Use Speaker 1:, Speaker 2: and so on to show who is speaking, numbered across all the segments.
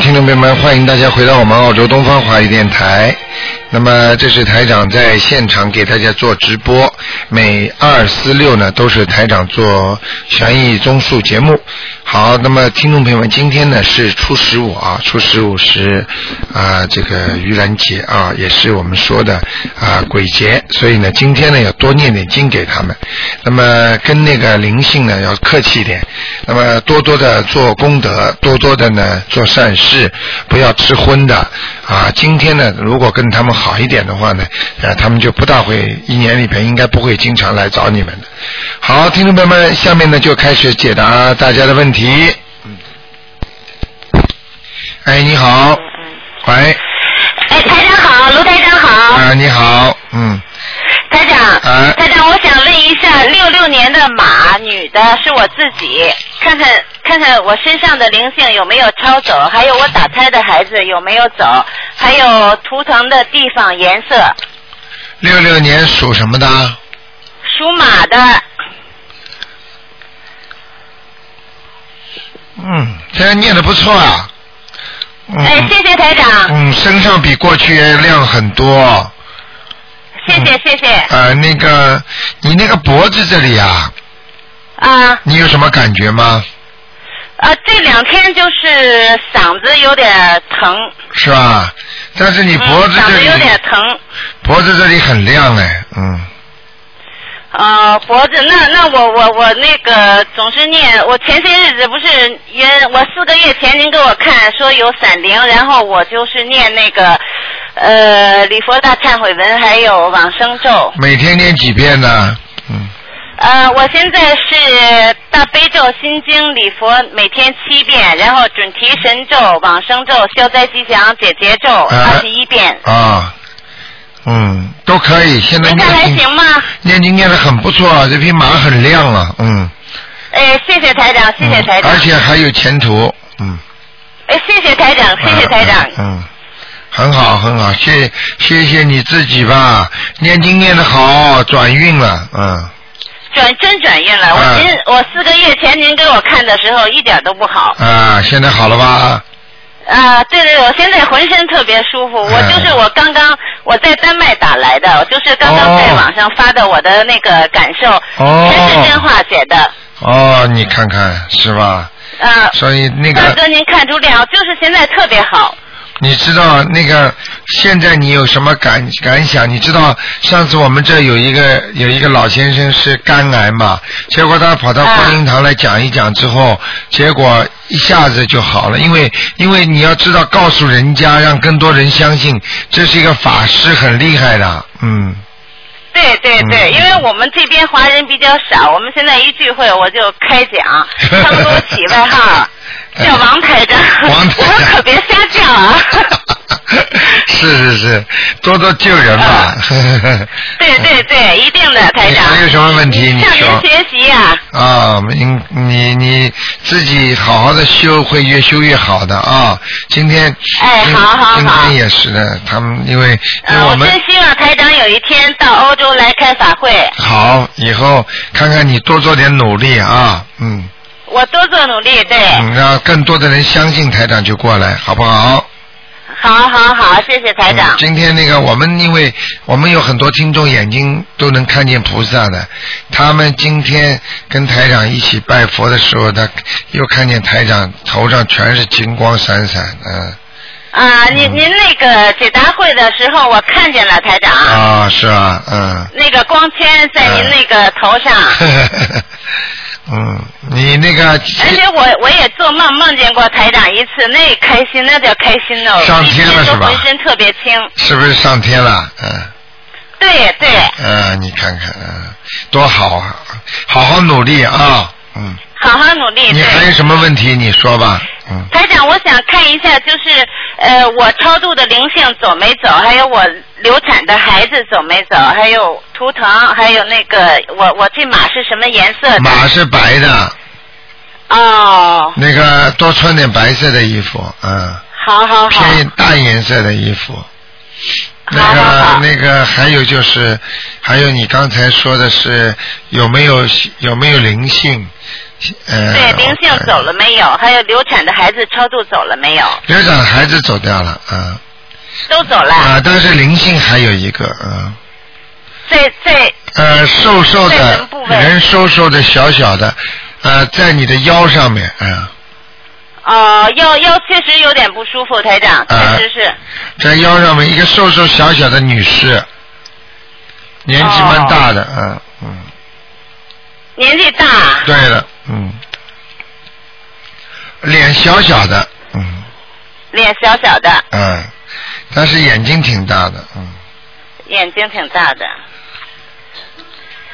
Speaker 1: 听众朋友们，欢迎大家回到我们澳洲东方华语电台。那么这是台长在现场给大家做直播，每二四六呢都是台长做悬疑综述节目。好，那么听众朋友们，今天呢是初十五啊，初十五是啊、这个盂兰节啊，也是我们说的啊、鬼节，所以呢今天呢要多念点经给他们。那么跟那个灵性呢要客气一点，那么多多的做功德，多多的呢做善事，不要吃荤的啊。今天呢，如果跟他们好一点的话呢，呃，他们就不大会一年里边应该不会经常来找你们的。好，听众朋友们，下面呢就开始解答啊大家的问题。哎，你好，喂，
Speaker 2: 哎，台长好，卢台长好，
Speaker 1: 啊，你好，嗯，
Speaker 2: 台长，
Speaker 1: 哎
Speaker 2: 台长，我想问一下，六六年的马女的是我自己，看看看看我身上的灵性有没有超走，还有我打胎的孩子有没有走，还有图腾的地方颜色，
Speaker 1: 六六年属什么的？
Speaker 2: 属马的，
Speaker 1: 嗯，现在念的不错啊。嗯、
Speaker 2: 哎，谢谢台长，
Speaker 1: 嗯，身上比过去亮很多。
Speaker 2: 谢谢谢谢，
Speaker 1: 呃，那个，你那个脖子这里啊，
Speaker 2: 啊
Speaker 1: 你有什么感觉吗？
Speaker 2: 啊，这两天就是嗓子有点疼，
Speaker 1: 是吧？但是你
Speaker 2: 嗯
Speaker 1: 脖子
Speaker 2: 嗓
Speaker 1: 这
Speaker 2: 子
Speaker 1: 里，
Speaker 2: 有点疼，
Speaker 1: 脖子这里很亮哎，嗯，
Speaker 2: 呃，脖子那那我我我那个总是念，我前些日子不是也我四个月前您给我看说有闪灵，然后我就是念那个呃礼佛大忏悔文还有往生咒，
Speaker 1: 每天念几遍呢？嗯，
Speaker 2: 呃，我现在是大悲咒心经礼佛每天七遍，然后准提神咒往生咒消灾吉祥解结咒
Speaker 1: 哎
Speaker 2: 二十一遍，
Speaker 1: 啊，嗯，都可以。现在
Speaker 2: 您看还
Speaker 1: 念经
Speaker 2: 行吗？
Speaker 1: 念经念的很不错，啊这匹马很亮啊，嗯，
Speaker 2: 哎，谢谢台长，谢谢台
Speaker 1: 嗯
Speaker 2: 长
Speaker 1: 而，且还有前途，嗯，
Speaker 2: 哎，谢谢台长， 谢谢台长
Speaker 1: 嗯。嗯，很好很好，谢谢谢你自己吧，念经念的好，转运了，嗯。
Speaker 2: 转真转运了，我
Speaker 1: 嗯
Speaker 2: 您、我四个月前您给我看的时候一点都不好
Speaker 1: 啊，现在好了吧？
Speaker 2: 啊！对对，我现在浑身特别舒服，我
Speaker 1: 嗯
Speaker 2: 就是我刚刚我在丹麦打来的，我就是刚刚在
Speaker 1: 哦
Speaker 2: 网上发的我的那个感受，
Speaker 1: 哦
Speaker 2: 全是真话写的。
Speaker 1: 哦，你看看是吧？
Speaker 2: 啊，
Speaker 1: 所以那
Speaker 2: 大
Speaker 1: 个，
Speaker 2: 哥您看出亮，就是现在特别好。
Speaker 1: 你知道那个，现在你有什么感感想？你知道上次我们这有一个有一个老先生是肝癌嘛，结果他跑到
Speaker 2: 啊
Speaker 1: 观音堂来讲一讲之后，结果一下子就好了。因为因为你要知道，告诉人家，让更多人相信，这是一个法师很厉害的，嗯。
Speaker 2: 对对对，
Speaker 1: 嗯
Speaker 2: 因为我们这边华人比较少，我们现在一聚会我就开讲，他们给我起外号 叫王台长，
Speaker 1: 王台长
Speaker 2: 我说可别瞎叫啊。
Speaker 1: 是是是，多多救人吧。
Speaker 2: 对对对，一定的，台
Speaker 1: 你
Speaker 2: 长。
Speaker 1: 嗯还有什么问题？你
Speaker 2: 向您
Speaker 1: 说
Speaker 2: 学习啊！
Speaker 1: 啊，你你你自己好好的修，会越修越好的啊。今天，
Speaker 2: 哎
Speaker 1: 今
Speaker 2: 好好
Speaker 1: 今
Speaker 2: 好
Speaker 1: 天也是的，他们因为因为
Speaker 2: 呃，
Speaker 1: 我
Speaker 2: 我
Speaker 1: 们
Speaker 2: 真希望台长有一天到欧洲来开法会，
Speaker 1: 好，以后看看你多做点努力啊，嗯，
Speaker 2: 我多做努力。对，
Speaker 1: 嗯让更多的人相信台长就过来，好不好？
Speaker 2: 好好好，谢谢台
Speaker 1: 嗯
Speaker 2: 长。
Speaker 1: 今天那个我们因为我们有很多听众眼睛都能看见菩萨的，他们今天跟台长一起拜佛的时候，他又看见台长头上全是金光闪闪，嗯，
Speaker 2: 啊，您您那个解答会的时候，我看见了台长，
Speaker 1: 啊，是啊，嗯，
Speaker 2: 那个光圈在您那个头上，
Speaker 1: 嗯，你那个
Speaker 2: 而且我我也做梦梦见过台长一次，那开心那叫开心哦，
Speaker 1: 上
Speaker 2: 一
Speaker 1: 天了
Speaker 2: 天
Speaker 1: 是
Speaker 2: 都
Speaker 1: 吧
Speaker 2: 浑身特别轻。
Speaker 1: 是不是上天了？嗯。
Speaker 2: 对对，
Speaker 1: 嗯、你看看，嗯、多好啊！好好努力啊，嗯。
Speaker 2: 好好努力。
Speaker 1: 你
Speaker 2: 对。
Speaker 1: 还有什么问题？你说吧，嗯。
Speaker 2: 台长，我想看一下，就是呃，我超度的灵性走没走，还有我流产的孩子走没走，还有图腾，还有那个我我这马是什么颜色的？
Speaker 1: 马是白的，
Speaker 2: 哦，
Speaker 1: 那个多穿点白色的衣服，嗯，
Speaker 2: 好好好，
Speaker 1: 偏淡颜色的衣服。那
Speaker 2: 好好
Speaker 1: 个
Speaker 2: 好
Speaker 1: 那个还有就是，还有你刚才说的是有没有有没有灵性？呃，
Speaker 2: 对，灵性走了没有？还有流产的孩子超度走了没有？
Speaker 1: 流产孩子走掉了，啊、
Speaker 2: 都走了。
Speaker 1: 啊，但是灵性还有一个，啊、
Speaker 2: 在在
Speaker 1: 呃，瘦瘦
Speaker 2: 在什
Speaker 1: 的
Speaker 2: 么部，位
Speaker 1: 人瘦瘦的，小小的，呃，在你的腰上面，啊、
Speaker 2: 呃腰腰确实有点不舒服，台长确
Speaker 1: 啊
Speaker 2: 实是。
Speaker 1: 在腰上面一个瘦瘦小小的女士，年纪蛮大的，
Speaker 2: 哦
Speaker 1: 嗯嗯，
Speaker 2: 年纪大，
Speaker 1: 对了，嗯，脸小小的，嗯
Speaker 2: 脸小小的，
Speaker 1: 嗯，但是眼睛挺大的，嗯，
Speaker 2: 眼睛挺大的，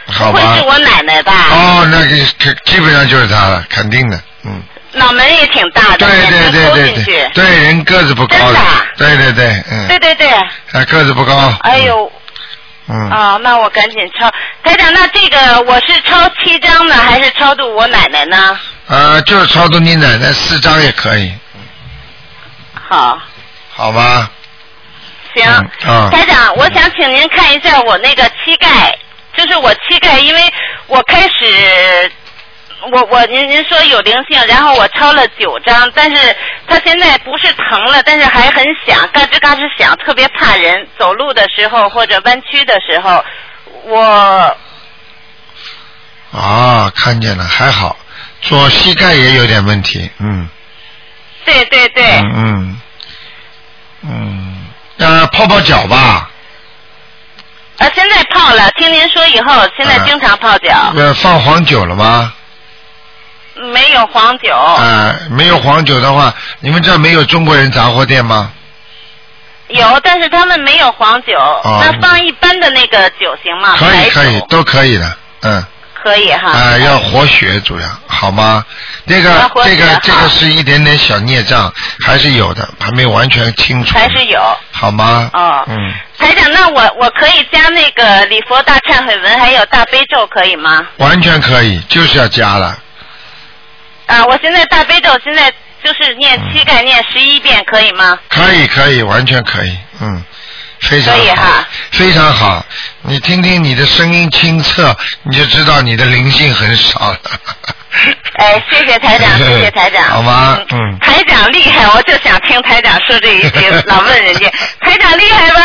Speaker 1: 好
Speaker 2: 会
Speaker 1: 吧
Speaker 2: 是。我奶奶吧？
Speaker 1: 哦，那个可基本上就是她了，肯定的，嗯，
Speaker 2: 脑门也挺大的，
Speaker 1: 对对
Speaker 2: 眼睛
Speaker 1: 对
Speaker 2: 抠
Speaker 1: 对
Speaker 2: 啊
Speaker 1: 对
Speaker 2: 进去，。
Speaker 1: 对人个子不高
Speaker 2: 真的啊
Speaker 1: 对对对，嗯
Speaker 2: 对，对对，
Speaker 1: 啊个子不高，
Speaker 2: 哎呦，
Speaker 1: 嗯，嗯，
Speaker 2: 啊，那我赶紧抄。台长，那这个我是抄七张呢，还是超度我奶奶呢？
Speaker 1: 呃，就是超度你奶奶四张也可以，
Speaker 2: 好，
Speaker 1: 好吗？
Speaker 2: 行。
Speaker 1: 嗯啊
Speaker 2: 台长，我想请您看一下我那个膝盖，就是我膝盖，因为我开始。我我您您说有灵性，然后我抄了九张，但是它现在不是疼了，但是还很响，嘎吱嘎吱响，特别怕人。走路的时候或者弯曲的时候，我
Speaker 1: 啊，看见了，还好，左膝盖也有点问题，嗯，
Speaker 2: 对对对，
Speaker 1: 嗯嗯嗯，呃，泡泡脚吧，
Speaker 2: 呃，现在泡了，听您说以后，现
Speaker 1: 嗯
Speaker 2: 在经常泡脚，
Speaker 1: 呃，放黄酒了吗？
Speaker 2: 没有黄酒，
Speaker 1: 呃，没有黄酒的话，你们这儿没有中国人杂货店吗？
Speaker 2: 有，但是他们没有黄酒，那放一般的那个酒行吗？
Speaker 1: 哦可以
Speaker 2: 白酒
Speaker 1: 可以，都可以的，嗯，
Speaker 2: 可以哈。
Speaker 1: 啊、要活血主要好吗？那
Speaker 2: 要
Speaker 1: 个
Speaker 2: 活
Speaker 1: 这
Speaker 2: 血啊
Speaker 1: 个
Speaker 2: 好
Speaker 1: 这个是一点点小孽障，还是有的，还没完全清除，
Speaker 2: 还是有
Speaker 1: 好吗？
Speaker 2: 哦。
Speaker 1: 嗯，
Speaker 2: 台长，那我我可以加那个礼佛大忏悔文，还有大悲咒，可以吗？
Speaker 1: 完全可以，就是要加了，
Speaker 2: 啊，我现在大悲咒现在就是念
Speaker 1: 嗯
Speaker 2: 膝盖念十一遍，可以吗？
Speaker 1: 可以，可以，完全可以，嗯，非常
Speaker 2: 可以
Speaker 1: 好
Speaker 2: 哈，
Speaker 1: 非常好。你听听你的声音清澈，你就知道你的灵性很少 了。
Speaker 2: 哎，谢谢台长，谢谢台长。
Speaker 1: 好吗？嗯，
Speaker 2: 嗯。台长厉害，我就想听台长说这一句，老问人家台长厉害吧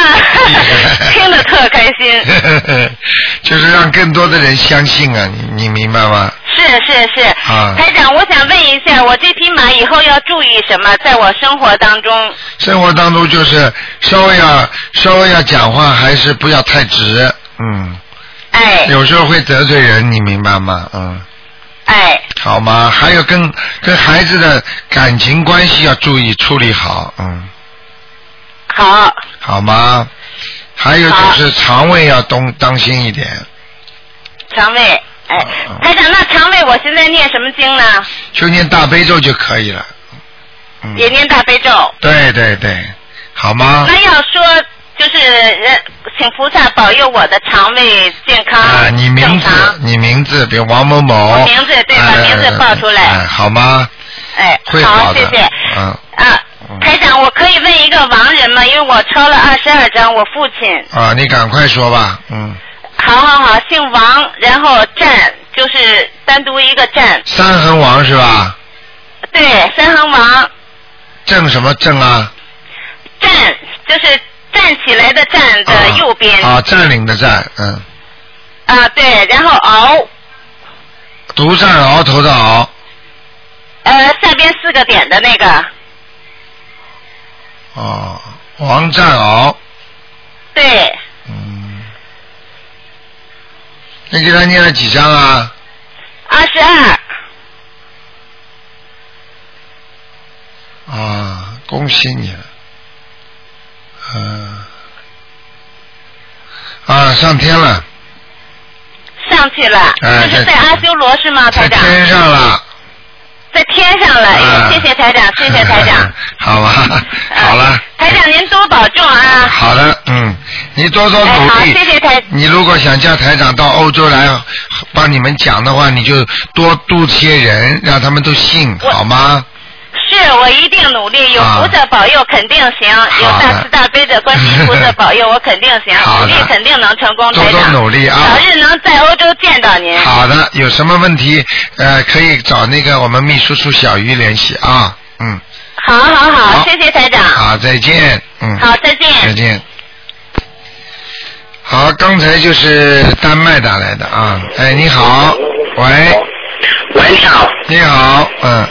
Speaker 2: 听得特开心。
Speaker 1: 就是让更多的人相信啊，你你明白吗？
Speaker 2: 是是是，
Speaker 1: 啊
Speaker 2: 台长，我想问一下，我这匹马以后要注意什么？在我生活当中，
Speaker 1: 生活当中就是稍微要稍微要讲话，还是不要太直，嗯，
Speaker 2: 哎
Speaker 1: 有时候会得罪人，你明白吗？嗯，
Speaker 2: 哎，
Speaker 1: 好吗？还有跟跟孩子的感情关系要注意处理好，嗯，
Speaker 2: 好，
Speaker 1: 好吗？还有就是肠胃要当当心一点，
Speaker 2: 肠胃，哎
Speaker 1: 啊，
Speaker 2: 台长，那肠胃我现在念什么经呢？
Speaker 1: 就念大悲咒就可以了。嗯，啊
Speaker 2: 也念大悲咒。
Speaker 1: 对对对，好吗？
Speaker 2: 那要说就是，呃请菩萨保佑我的肠胃健康，
Speaker 1: 啊，你名
Speaker 2: 正
Speaker 1: 字
Speaker 2: 常，，
Speaker 1: 你名字，比如王某某。
Speaker 2: 我名字对把
Speaker 1: 呃
Speaker 2: 名字报出来
Speaker 1: 哎好吗？
Speaker 2: 哎，
Speaker 1: 会
Speaker 2: 好，
Speaker 1: 的。
Speaker 2: 谢谢。
Speaker 1: 嗯。
Speaker 2: 啊
Speaker 1: 嗯，
Speaker 2: 台长，我可以问一个亡人吗？因为我抄了二十二章，我父亲。
Speaker 1: 啊，你赶快说吧，嗯，
Speaker 2: 好好好，姓王，然后战就是单独一个战，
Speaker 1: 三横王是吧？
Speaker 2: 对，三横王
Speaker 1: 正什么正啊？
Speaker 2: 战就是站起来的站的右边
Speaker 1: 啊，啊占领的占，嗯，
Speaker 2: 啊对，然后鳌
Speaker 1: 独占鳌头的鳌，
Speaker 2: 呃下边四个点的那个，
Speaker 1: 哦，王占鳌，
Speaker 2: 对，
Speaker 1: 嗯，那给他念了几张啊？
Speaker 2: 二十二，
Speaker 1: 啊，恭喜你了，嗯、啊，上天了，
Speaker 2: 上去了，
Speaker 1: 哎
Speaker 2: 就是
Speaker 1: 在
Speaker 2: 在阿修罗是吗，
Speaker 1: 在
Speaker 2: 啊台长？
Speaker 1: 天上了。
Speaker 2: 在天上了，
Speaker 1: 啊
Speaker 2: 哎，谢谢台长，谢谢台长。。
Speaker 1: 好吧，哎好了。
Speaker 2: 啊台长您多保重啊。
Speaker 1: 好的，嗯，你多多
Speaker 2: 哎，
Speaker 1: 努
Speaker 2: 好，
Speaker 1: 力。
Speaker 2: 谢谢台。
Speaker 1: 你如果想叫台长到欧洲来帮你们讲的话，你就多度些人，让他们都信，
Speaker 2: 我
Speaker 1: 好吗？
Speaker 2: 是是，我一定努力，有
Speaker 1: 啊
Speaker 2: 菩萨保佑肯定行，有
Speaker 1: 好
Speaker 2: 大
Speaker 1: 的
Speaker 2: 慈大悲的观世音菩萨保佑我肯定行，
Speaker 1: 好
Speaker 2: 努
Speaker 1: 的
Speaker 2: 力肯定能成功，
Speaker 1: 多
Speaker 2: 台
Speaker 1: 多
Speaker 2: 长。
Speaker 1: 努力啊
Speaker 2: 早日能在欧洲见到您。
Speaker 1: 好的，有什么问题呃可以找那个我们秘书处小鱼联系啊。嗯，
Speaker 2: 好好好，
Speaker 1: 好
Speaker 2: 谢谢台长。
Speaker 1: 好，再见。嗯，
Speaker 2: 好，再
Speaker 1: 再
Speaker 2: 见。
Speaker 1: 见。好，刚才就是丹麦打来的啊。哎，你好，喂，
Speaker 3: 晚上，
Speaker 1: 你好，嗯，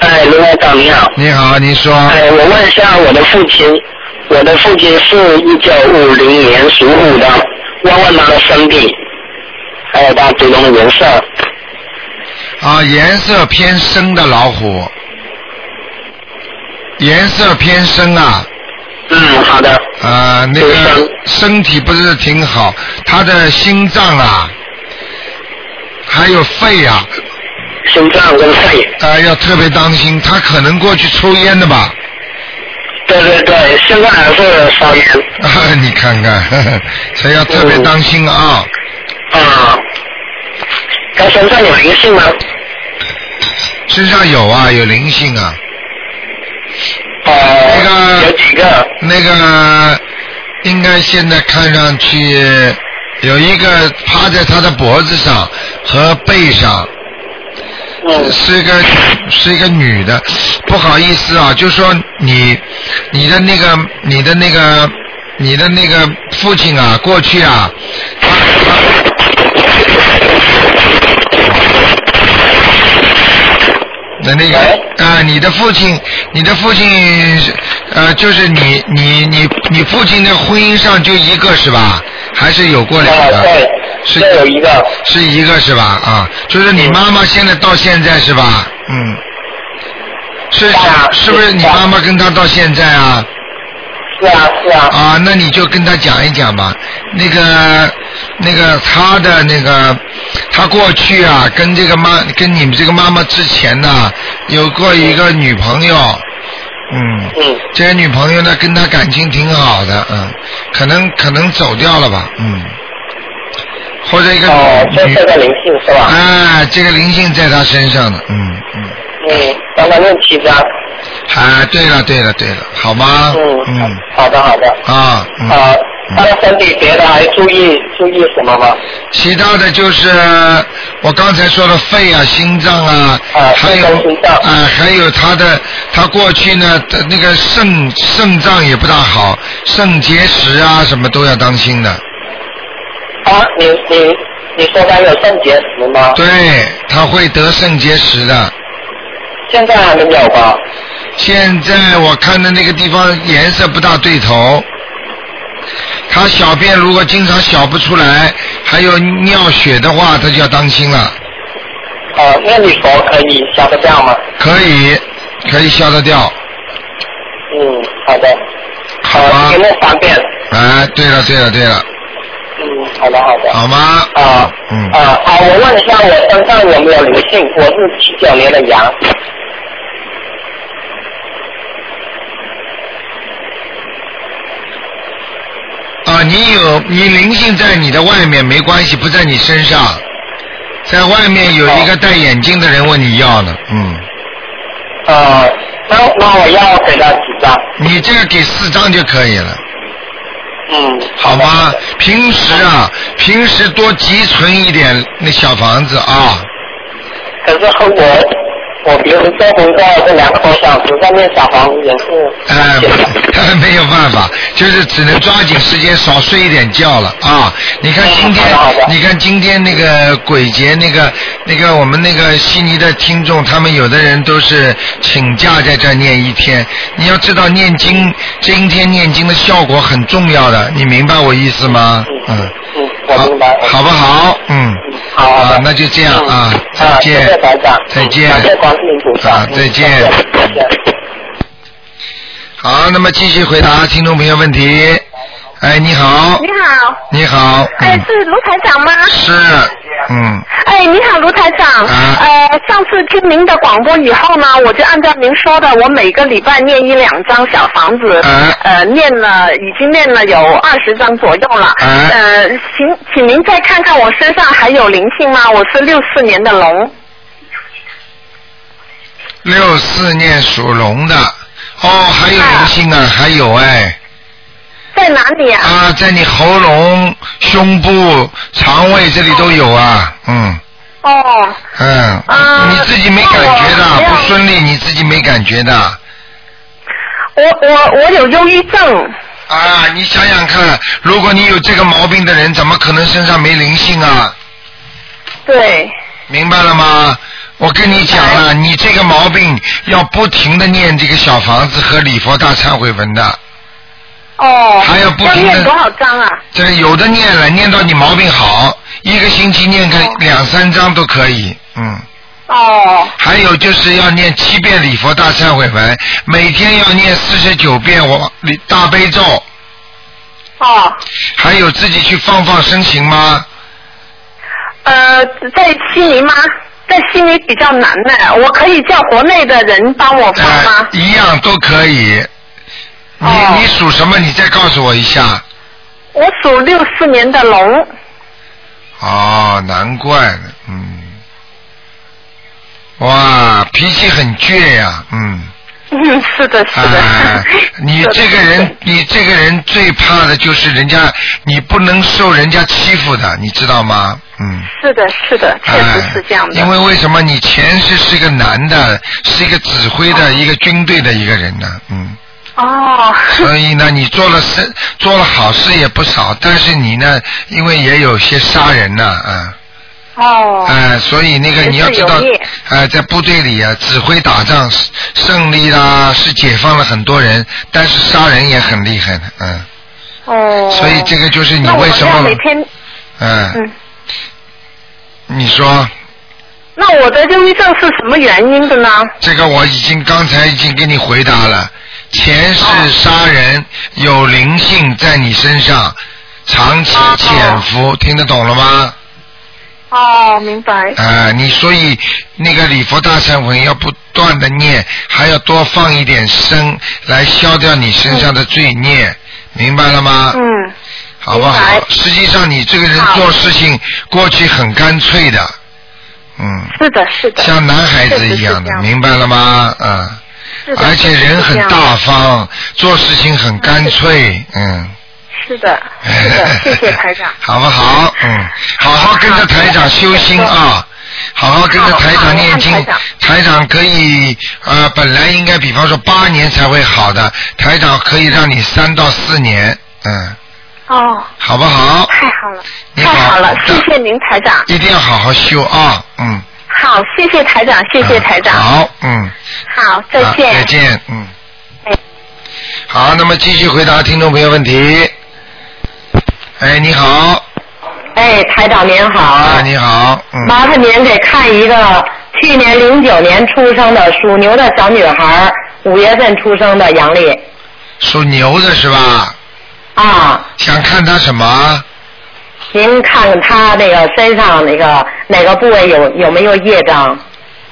Speaker 3: 哎，卢院长你好，
Speaker 1: 你好，您说，
Speaker 3: 哎，我问一下我的父亲，我的父亲是一九五零年属虎的，问问他的生病，还有他祖宗的颜色，
Speaker 1: 啊，颜色偏深的老虎，颜色偏深啊，
Speaker 3: 嗯，好的，
Speaker 1: 啊，那个身体不是挺好，他的心脏啊，还有肺啊，
Speaker 3: 心脏跟肺，
Speaker 1: 啊，要特别当心，他可能过去抽烟的吧，
Speaker 3: 对对对，现在还是烧烟，
Speaker 1: 啊， 你看看， 呵呵所以要特别当心啊。
Speaker 3: 啊，他身上有灵性吗？
Speaker 1: 身上有啊，有灵性啊。
Speaker 3: 哦、
Speaker 1: 那个
Speaker 3: 有几个？
Speaker 1: 那个应该现在看上去有一个趴在他的脖子上和背上，
Speaker 3: 嗯，
Speaker 1: 是一个是一个女的。不好意思啊，就说你你的那个你的那个你的那个父亲啊，过去啊，那那个
Speaker 3: 喂
Speaker 1: 啊、你的父亲，你的父亲是，呃，就是你你你你父亲的婚姻上就一个是吧？还是有过两
Speaker 3: 啊，
Speaker 1: 个？
Speaker 3: 对，
Speaker 1: 是
Speaker 3: 这有一个，
Speaker 1: 是一个是吧？啊，就是你妈妈现在到现在是吧？嗯，是
Speaker 3: 对啊
Speaker 1: 是不是你
Speaker 3: 对啊
Speaker 1: 妈妈跟他到现在啊？
Speaker 3: 是啊是啊，
Speaker 1: 啊，那你就跟他讲一讲吧。那个，那个他的那个，他过去啊，跟这个妈，跟你们这个妈妈之前呢、有过一个女朋友，嗯，
Speaker 3: 嗯，
Speaker 1: 这个女朋友呢，跟他感情挺好的，嗯，可能可能走掉了吧，嗯，或者一个
Speaker 3: 哦，就
Speaker 1: 女，
Speaker 3: 这个灵性是吧？
Speaker 1: 哎、这个灵性在他身上的，嗯嗯，
Speaker 3: 嗯，帮他念七张。
Speaker 1: 啊，对了对了对了，好吗？
Speaker 3: 嗯，好的好的。
Speaker 1: 啊，嗯。
Speaker 3: 啊，他的身体别的还注意注意什么吗？
Speaker 1: 其他的就是我刚才说的肺啊、心脏啊，
Speaker 3: 啊
Speaker 1: 还有
Speaker 3: 肺跟心脏
Speaker 1: 啊、还有他的他过去呢，他那个肾肾脏也不大好，肾结石啊什么都要当心的。
Speaker 3: 啊，你你你说他有肾结石吗？
Speaker 1: 对，他会得肾结石的。
Speaker 3: 现在还没有吧？
Speaker 1: 现在我看的那个地方颜色不大对头，他小便如果经常小不出来，还有尿血的话，他就要当心了。
Speaker 3: 啊，那你佛可以消得掉吗？
Speaker 1: 可以，可以消得掉，
Speaker 3: 嗯，好的。
Speaker 1: 好啊吗？
Speaker 3: 给我方便。
Speaker 1: 哎，对了对了对了，
Speaker 3: 嗯，好的好的。
Speaker 1: 好吗？
Speaker 3: 啊，
Speaker 1: 嗯
Speaker 3: 啊啊！我问一下，我身上有没有灵性？我是七九年的羊。
Speaker 1: 啊，你有你灵性在你的外面没关系，不在你身上，在外面有一个戴眼镜的人问你要呢，嗯，
Speaker 3: 啊，那那我要给他几张？
Speaker 1: 你这个给四张就可以了，
Speaker 3: 嗯，
Speaker 1: 好
Speaker 3: 的
Speaker 1: 吗？平时啊，平时多积存一点那小房子啊，
Speaker 3: 可是和我我平时做工作这两个多小时，在面小房也是
Speaker 1: 哎、 没有办法，就是只能抓紧时间少睡一点觉了啊！你看今天
Speaker 3: 嗯好的好，的
Speaker 1: 你看今天那个鬼节，那个那个我们那个悉尼的听众，他们有的人都是请假在这儿念一天。你要知道念经，今天念经的效果很重要的，你明白我意思吗？嗯，
Speaker 3: 嗯，我明白。
Speaker 1: 好好不好？嗯，
Speaker 3: 嗯好好
Speaker 1: 啊
Speaker 3: 的，
Speaker 1: 那就这样
Speaker 3: 嗯
Speaker 1: 啊再
Speaker 3: 啊，
Speaker 1: 见
Speaker 3: 谢谢台长，
Speaker 1: 再见
Speaker 3: 嗯感谢观世音菩萨，
Speaker 1: 啊
Speaker 3: 嗯
Speaker 1: 再见
Speaker 3: 再见。
Speaker 1: 好，那么继续回答听众朋友问题。哎，你好
Speaker 4: 你，好，
Speaker 1: 你好，
Speaker 4: 哎
Speaker 1: 嗯，，
Speaker 4: 是卢台长吗？
Speaker 1: 是，嗯。
Speaker 4: 哎，你好，卢台长。
Speaker 1: 啊
Speaker 4: 呃，上次听您的广播以后呢，我就按照您说的，我每个礼拜念一两张小房子，
Speaker 1: 啊
Speaker 4: 呃，念了已经念了有二十张左右了。
Speaker 1: 啊
Speaker 4: 呃，请请您再看看我身上还有灵性吗？我是六四年的龙。
Speaker 1: 六四年属龙的，哦，还有灵性啊，还有哎，
Speaker 4: 在哪里啊？
Speaker 1: 啊，在你喉咙、胸部、肠胃这里都有啊，嗯
Speaker 4: 哦，
Speaker 1: 嗯，
Speaker 4: 啊
Speaker 1: 你自己没感觉
Speaker 4: 那我没
Speaker 1: 的，
Speaker 4: 有
Speaker 1: 不顺利你自己没感觉的，
Speaker 4: 我我我有忧郁症，
Speaker 1: 啊，你想想看，如果你有这个毛病的人，怎么可能身上没灵性啊？
Speaker 4: 对，
Speaker 1: 明白了吗？我跟你讲了，你这个毛病要不停的念这个小房子和礼佛大忏悔文的，
Speaker 4: 哦，
Speaker 1: 还有不
Speaker 4: 要
Speaker 1: 停地
Speaker 4: 念多少张啊？
Speaker 1: 这有的念了，念到你毛病好，一个星期念个
Speaker 4: 哦
Speaker 1: 两三张都可以，嗯。
Speaker 4: 哦，
Speaker 1: 还有就是要念七遍礼佛大忏悔文，每天要念四十九遍我大悲咒，
Speaker 4: 哦，
Speaker 1: 还有自己去放放生行吗？
Speaker 4: 呃，在悉尼吗？在悉尼比较难呢，我可以叫国内的人帮我放
Speaker 1: 呃
Speaker 4: 吗，？
Speaker 1: 一样都可以。你、
Speaker 4: 哦
Speaker 1: 你属什么？你再告诉我一下。
Speaker 4: 我属六四年的龙，
Speaker 1: 哦，难怪呢，嗯。哇，脾气很倔呀、嗯，
Speaker 4: 嗯，是的，是
Speaker 1: 啊、
Speaker 4: 的，
Speaker 1: 你这个 人，你这个人最怕的就是人家，你不能受人家欺负的，你知道吗？嗯，
Speaker 4: 是的，是的，啊确实是这样
Speaker 1: 哎因
Speaker 4: 的。
Speaker 1: 为为什么你前世是个男的，是一个指挥的、一个军队的一个人 呢？嗯，
Speaker 4: 哦，
Speaker 1: 所以呢，你做了事，做了好事也不少，但是你呢，因为也有些杀人呐、啊，
Speaker 4: 哦
Speaker 1: 啊、，所以那个你要知道
Speaker 4: 也是有业，
Speaker 1: 呃，在部队里啊，指挥打仗是胜利啦，是解放了很多人，但是杀人也很厉害的，嗯、
Speaker 4: 哦，
Speaker 1: 所以这个就是你
Speaker 4: 那我
Speaker 1: 为什
Speaker 4: 要
Speaker 1: 么，
Speaker 4: 每天，
Speaker 1: 嗯、
Speaker 4: 嗯，
Speaker 1: 你说
Speaker 4: 那我的忧郁症是什么原因的呢？
Speaker 1: 这个我已经刚才已经给你回答了，前世杀人有灵性在你身上，长期
Speaker 4: 哦
Speaker 1: 潜伏，听得懂了吗？
Speaker 4: 哦，明白。
Speaker 1: 啊、你所以那个礼佛大忏悔要不断的念，还要多放一点声来消掉你身上的罪孽，明白了吗？
Speaker 4: 嗯，
Speaker 1: 好不好
Speaker 4: 明白？
Speaker 1: 实际上你这个人
Speaker 4: 好
Speaker 1: 做事情过去很干脆的，嗯，
Speaker 4: 是的，是的。
Speaker 1: 像男孩
Speaker 4: 确
Speaker 1: 子
Speaker 4: 实
Speaker 1: 一
Speaker 4: 是
Speaker 1: 样
Speaker 4: 这
Speaker 1: 的，
Speaker 4: 样
Speaker 1: 明白了吗？啊、
Speaker 4: 是的
Speaker 1: 而且人很。
Speaker 4: 是这样
Speaker 1: 大方，做事情很干脆，嗯。。
Speaker 4: 是的，是的，谢谢台长
Speaker 1: 好不好？嗯，好好跟着台长修心啊。好好跟着台长念经
Speaker 4: 好好看台，
Speaker 1: 台长可以呃，本来应该比方说八年才会好的，台长可以让你三到四年，嗯，
Speaker 4: 哦，
Speaker 1: 好不好？
Speaker 4: 太好了，
Speaker 1: 你
Speaker 4: 太
Speaker 1: 好
Speaker 4: 好了，谢谢您台长。
Speaker 1: 一定要好好修啊，嗯，
Speaker 4: 好，谢谢台长，谢谢台长。
Speaker 1: 嗯好，嗯，
Speaker 4: 好，再
Speaker 1: 好
Speaker 4: 见。
Speaker 1: 再见，嗯
Speaker 4: 哎。
Speaker 1: 好，那么继续回答听众朋友问题。哎，你好，
Speaker 5: 哎，台长您好，
Speaker 1: 啊，你好，嗯，
Speaker 5: 麻烦您给看一个去年零九年出生的属牛的小女孩，五月份出生的阳历
Speaker 1: 属牛的是吧？
Speaker 5: 啊，
Speaker 1: 想看他什么？
Speaker 5: 您看看她那个身上那个哪个部位有有没有业障，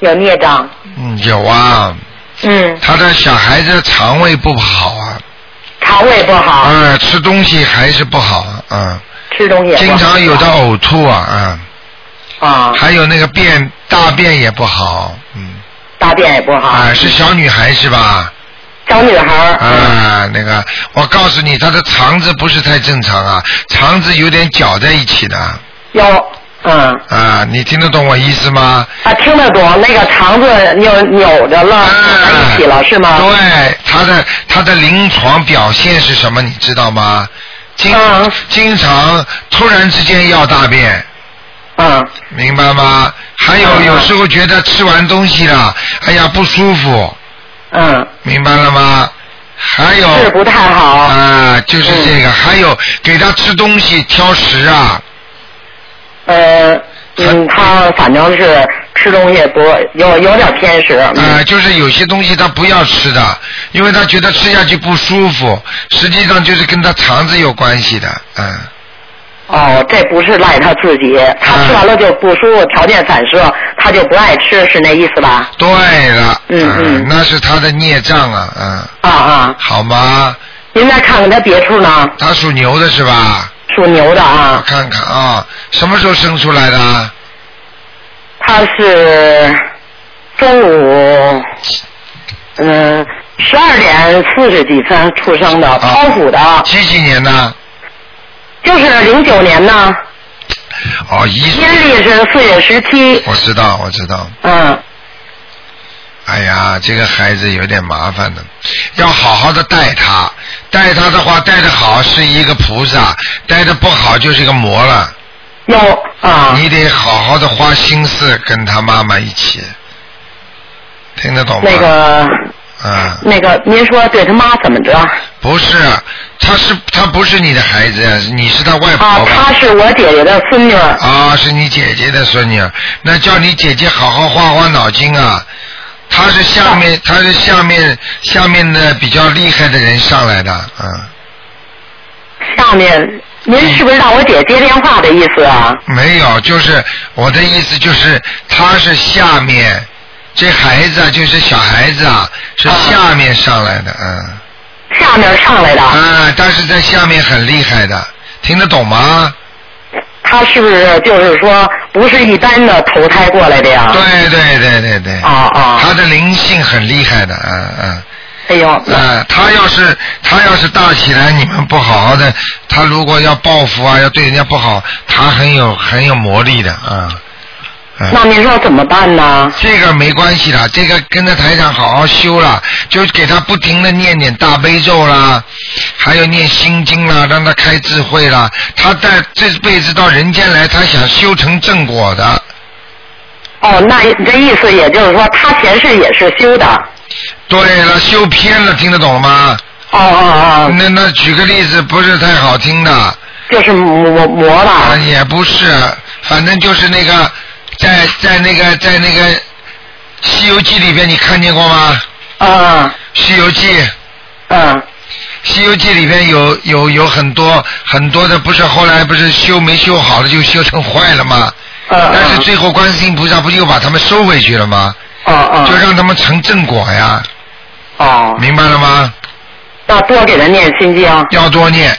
Speaker 5: 有孽障？
Speaker 1: 嗯，有啊，
Speaker 5: 嗯，
Speaker 1: 他的小孩子肠胃不好啊，
Speaker 5: 肠胃不好，
Speaker 1: 啊，吃东西还是不好啊，嗯，
Speaker 5: 吃东西也不
Speaker 1: 经
Speaker 5: 好
Speaker 1: 常有的呕吐啊，啊，
Speaker 5: 啊，
Speaker 1: 还有那个便大便也不好，嗯，
Speaker 5: 大便也不好，
Speaker 1: 啊，是小女孩是吧？
Speaker 5: 小女孩儿，
Speaker 1: 啊，那个，我告诉你，她的肠子不是太正常啊，肠子有点绞在一起的
Speaker 5: 有嗯。
Speaker 1: 啊，你听得懂我意思吗？
Speaker 5: 啊，听得懂，那个肠子扭扭着了，
Speaker 1: 啊
Speaker 5: 在一起了是吗？
Speaker 1: 对，他的他的临床表现是什么？你知道吗？经、
Speaker 5: 嗯
Speaker 1: 经常突然之间要大便，
Speaker 5: 嗯，
Speaker 1: 明白吗？还有、
Speaker 5: 嗯
Speaker 1: 有时候觉得吃完东西了，哎呀不舒服，
Speaker 5: 嗯，
Speaker 1: 明白了吗？还有
Speaker 5: 是不太
Speaker 1: 啊、
Speaker 5: 好。嗯
Speaker 1: 就是这个，还有给他吃东西挑食啊，
Speaker 5: 呃，嗯，他反正是吃东西不有有点偏食。
Speaker 1: 啊、
Speaker 5: 嗯
Speaker 1: 就是有些东西他不要吃的，因为他觉得吃下去不舒服，实际上就是跟他肠子有关系的，嗯。
Speaker 5: 哦，这不是赖他自己，他
Speaker 1: 嗯
Speaker 5: 吃完了就不舒服，条件反射，他就不爱吃，是那意思吧？
Speaker 1: 对了，
Speaker 5: 嗯嗯
Speaker 1: 那是他的孽障啊，嗯，
Speaker 5: 啊啊，
Speaker 1: 好吗？
Speaker 5: 您再看看他别处呢，
Speaker 1: 他属牛的是吧？
Speaker 5: 属牛的
Speaker 1: 我
Speaker 5: 啊，
Speaker 1: 看看啊，什么时候生出来的？
Speaker 5: 他是中午，嗯、十二点四十几分出生的，剖腹的，
Speaker 1: 几几年的？
Speaker 5: 就是零九年呢，
Speaker 1: 哦，一岁
Speaker 5: 阴。历是四月十七，
Speaker 1: 我知道，我知道。
Speaker 5: 嗯，
Speaker 1: 哎呀，这个孩子有点麻烦的，要好好的带他。带他的话，带的好是一个菩萨，带的不好就是一个魔了。
Speaker 5: 要啊，
Speaker 1: 你得好好的花心思跟他妈妈一起，听得懂吗？
Speaker 5: 那个
Speaker 1: 嗯，
Speaker 5: 那个，您说对他妈怎么着？啊
Speaker 1: 不是，啊他是他不是你的孩子，你是他外
Speaker 5: 啊
Speaker 1: 婆，吧？
Speaker 5: 她是我姐姐的孙女儿，
Speaker 1: 啊，是你姐姐的孙女儿，那叫你姐姐好好花花脑筋啊。她是下
Speaker 5: 啊
Speaker 1: 面，她是下面下面的比较厉害的人上来的，啊，
Speaker 5: 下面您是不是让我姐接电话的意思啊？
Speaker 1: 没有，就是我的意思就是，她是下面这孩子啊，就是小孩子啊，是
Speaker 5: 啊
Speaker 1: 下面上来的，嗯，
Speaker 5: 下面上来的，
Speaker 1: 啊，但是在下面很厉害的，听得懂吗？
Speaker 5: 她是不是就是说不是一般的投胎过来的呀？
Speaker 1: 对对对对对，
Speaker 5: 啊啊！
Speaker 1: 她的灵性很厉害的，嗯嗯。
Speaker 5: 哎呦，
Speaker 1: 呃，他要是他要是大起来，你们不好好的，他如果要报复啊，要对人家不好，他很有很有魔力的啊。嗯
Speaker 5: 那您说怎么办呢？
Speaker 1: 这个没关系啦，这个跟着台长好好修啦，就给他不停的念念大悲咒啦，还有念心经啦，让他开智慧啦。他在这辈子到人间来，他想修成正果的。
Speaker 5: 哦，那这意思也就是说，她前世也是修的。
Speaker 1: 对了，修偏了，听得懂吗？
Speaker 5: 哦哦哦，
Speaker 1: 那那举个例子，不是太好听的。
Speaker 5: 就是魔魔
Speaker 1: 啊，
Speaker 5: 吧？
Speaker 1: 也不是，反正就是那个，在在那个在那个《西游记》里边，你看见过吗？
Speaker 5: 嗯
Speaker 1: 《西游记》《
Speaker 5: 嗯
Speaker 1: 西游记》里边有有有很多很多的，不是后来不是修没修好了就修成坏了吗？
Speaker 5: 嗯。
Speaker 1: 但是最后观世音菩萨不就把他们收回去了吗？
Speaker 5: 哦哦，
Speaker 1: 就让他们成正果呀，
Speaker 5: 哦，
Speaker 1: 明白了吗？
Speaker 5: 那多给她念心经。
Speaker 1: 要多念，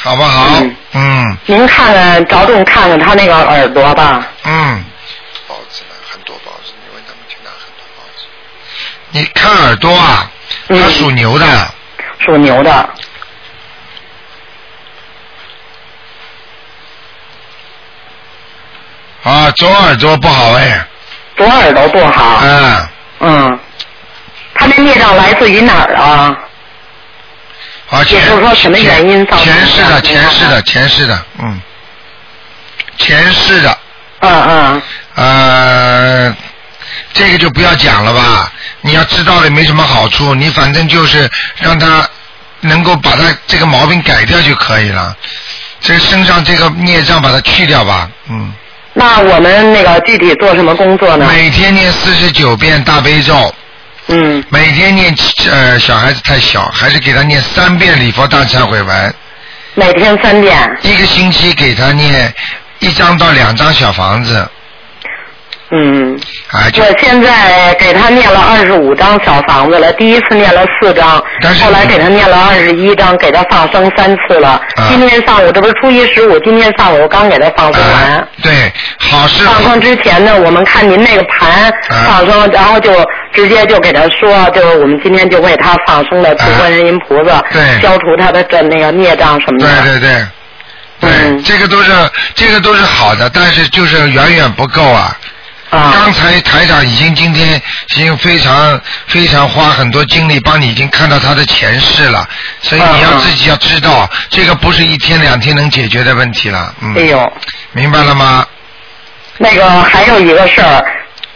Speaker 1: 好不好
Speaker 5: 嗯？
Speaker 1: 嗯
Speaker 5: 您看看，着重看看她那个耳朵吧。
Speaker 1: 嗯。包子呢？很多包子，你问他们去拿很多包子。你看耳朵啊，
Speaker 5: 嗯
Speaker 1: 它属牛的，
Speaker 5: 属牛的。
Speaker 1: 啊，左耳朵不好哎，
Speaker 5: 左耳朵不好。
Speaker 1: 啊，
Speaker 5: 嗯，他那孽障来自于哪儿啊？
Speaker 1: 啊，前
Speaker 5: 就是说什么原因造成的
Speaker 1: 前世的，
Speaker 5: 明白
Speaker 1: 前
Speaker 5: 吗
Speaker 1: 世的，前世的，嗯，前世的，
Speaker 5: 嗯嗯，
Speaker 1: 呃，这个就不要讲了吧。你要知道了没什么好处，你反正就是让他能够把他这个毛病改掉就可以了。这个身上这个孽障把它去掉吧，嗯。
Speaker 5: 那我们那个具体做什么工作呢？
Speaker 1: 每天念四十九遍大悲咒，
Speaker 5: 嗯，
Speaker 1: 每天念七呃小孩子太小，还是给他念三遍礼佛大忏悔文，
Speaker 5: 每天三遍。
Speaker 1: 一个星期给他念一张到两张小房子，
Speaker 5: 嗯，
Speaker 1: 啊就
Speaker 5: 我现在给他念了二十五张小房子了，第一次念了四张
Speaker 1: 但，是
Speaker 5: 后来给他念了二十一张，给他放生三次了。
Speaker 1: 啊
Speaker 5: 今天上午这不是初一十五，今天上午我刚给他放生完。
Speaker 1: 啊对，好事
Speaker 5: 放生之前呢，我们看您那个盘
Speaker 1: 啊
Speaker 5: 放生，然后就直接就给他说，就是我们今天就为他放生的慈
Speaker 1: 啊
Speaker 5: 观人音菩萨，
Speaker 1: 对
Speaker 5: 消除他的这那个孽障什么的。
Speaker 1: 对对对。对，
Speaker 5: 嗯
Speaker 1: 这个都是这个都是好的，但是就是远远不够啊。
Speaker 5: 啊
Speaker 1: 刚才台长已经今天已经非常非常花很多精力帮你已经看到他的前世了，所以你
Speaker 5: 嗯
Speaker 1: 要
Speaker 5: 嗯
Speaker 1: 自己要知道，这个不是一天两天能解决的问题了。
Speaker 5: 哎
Speaker 1: 嗯，
Speaker 5: 呦，
Speaker 1: 明白了吗？
Speaker 5: 那个还有一个事儿，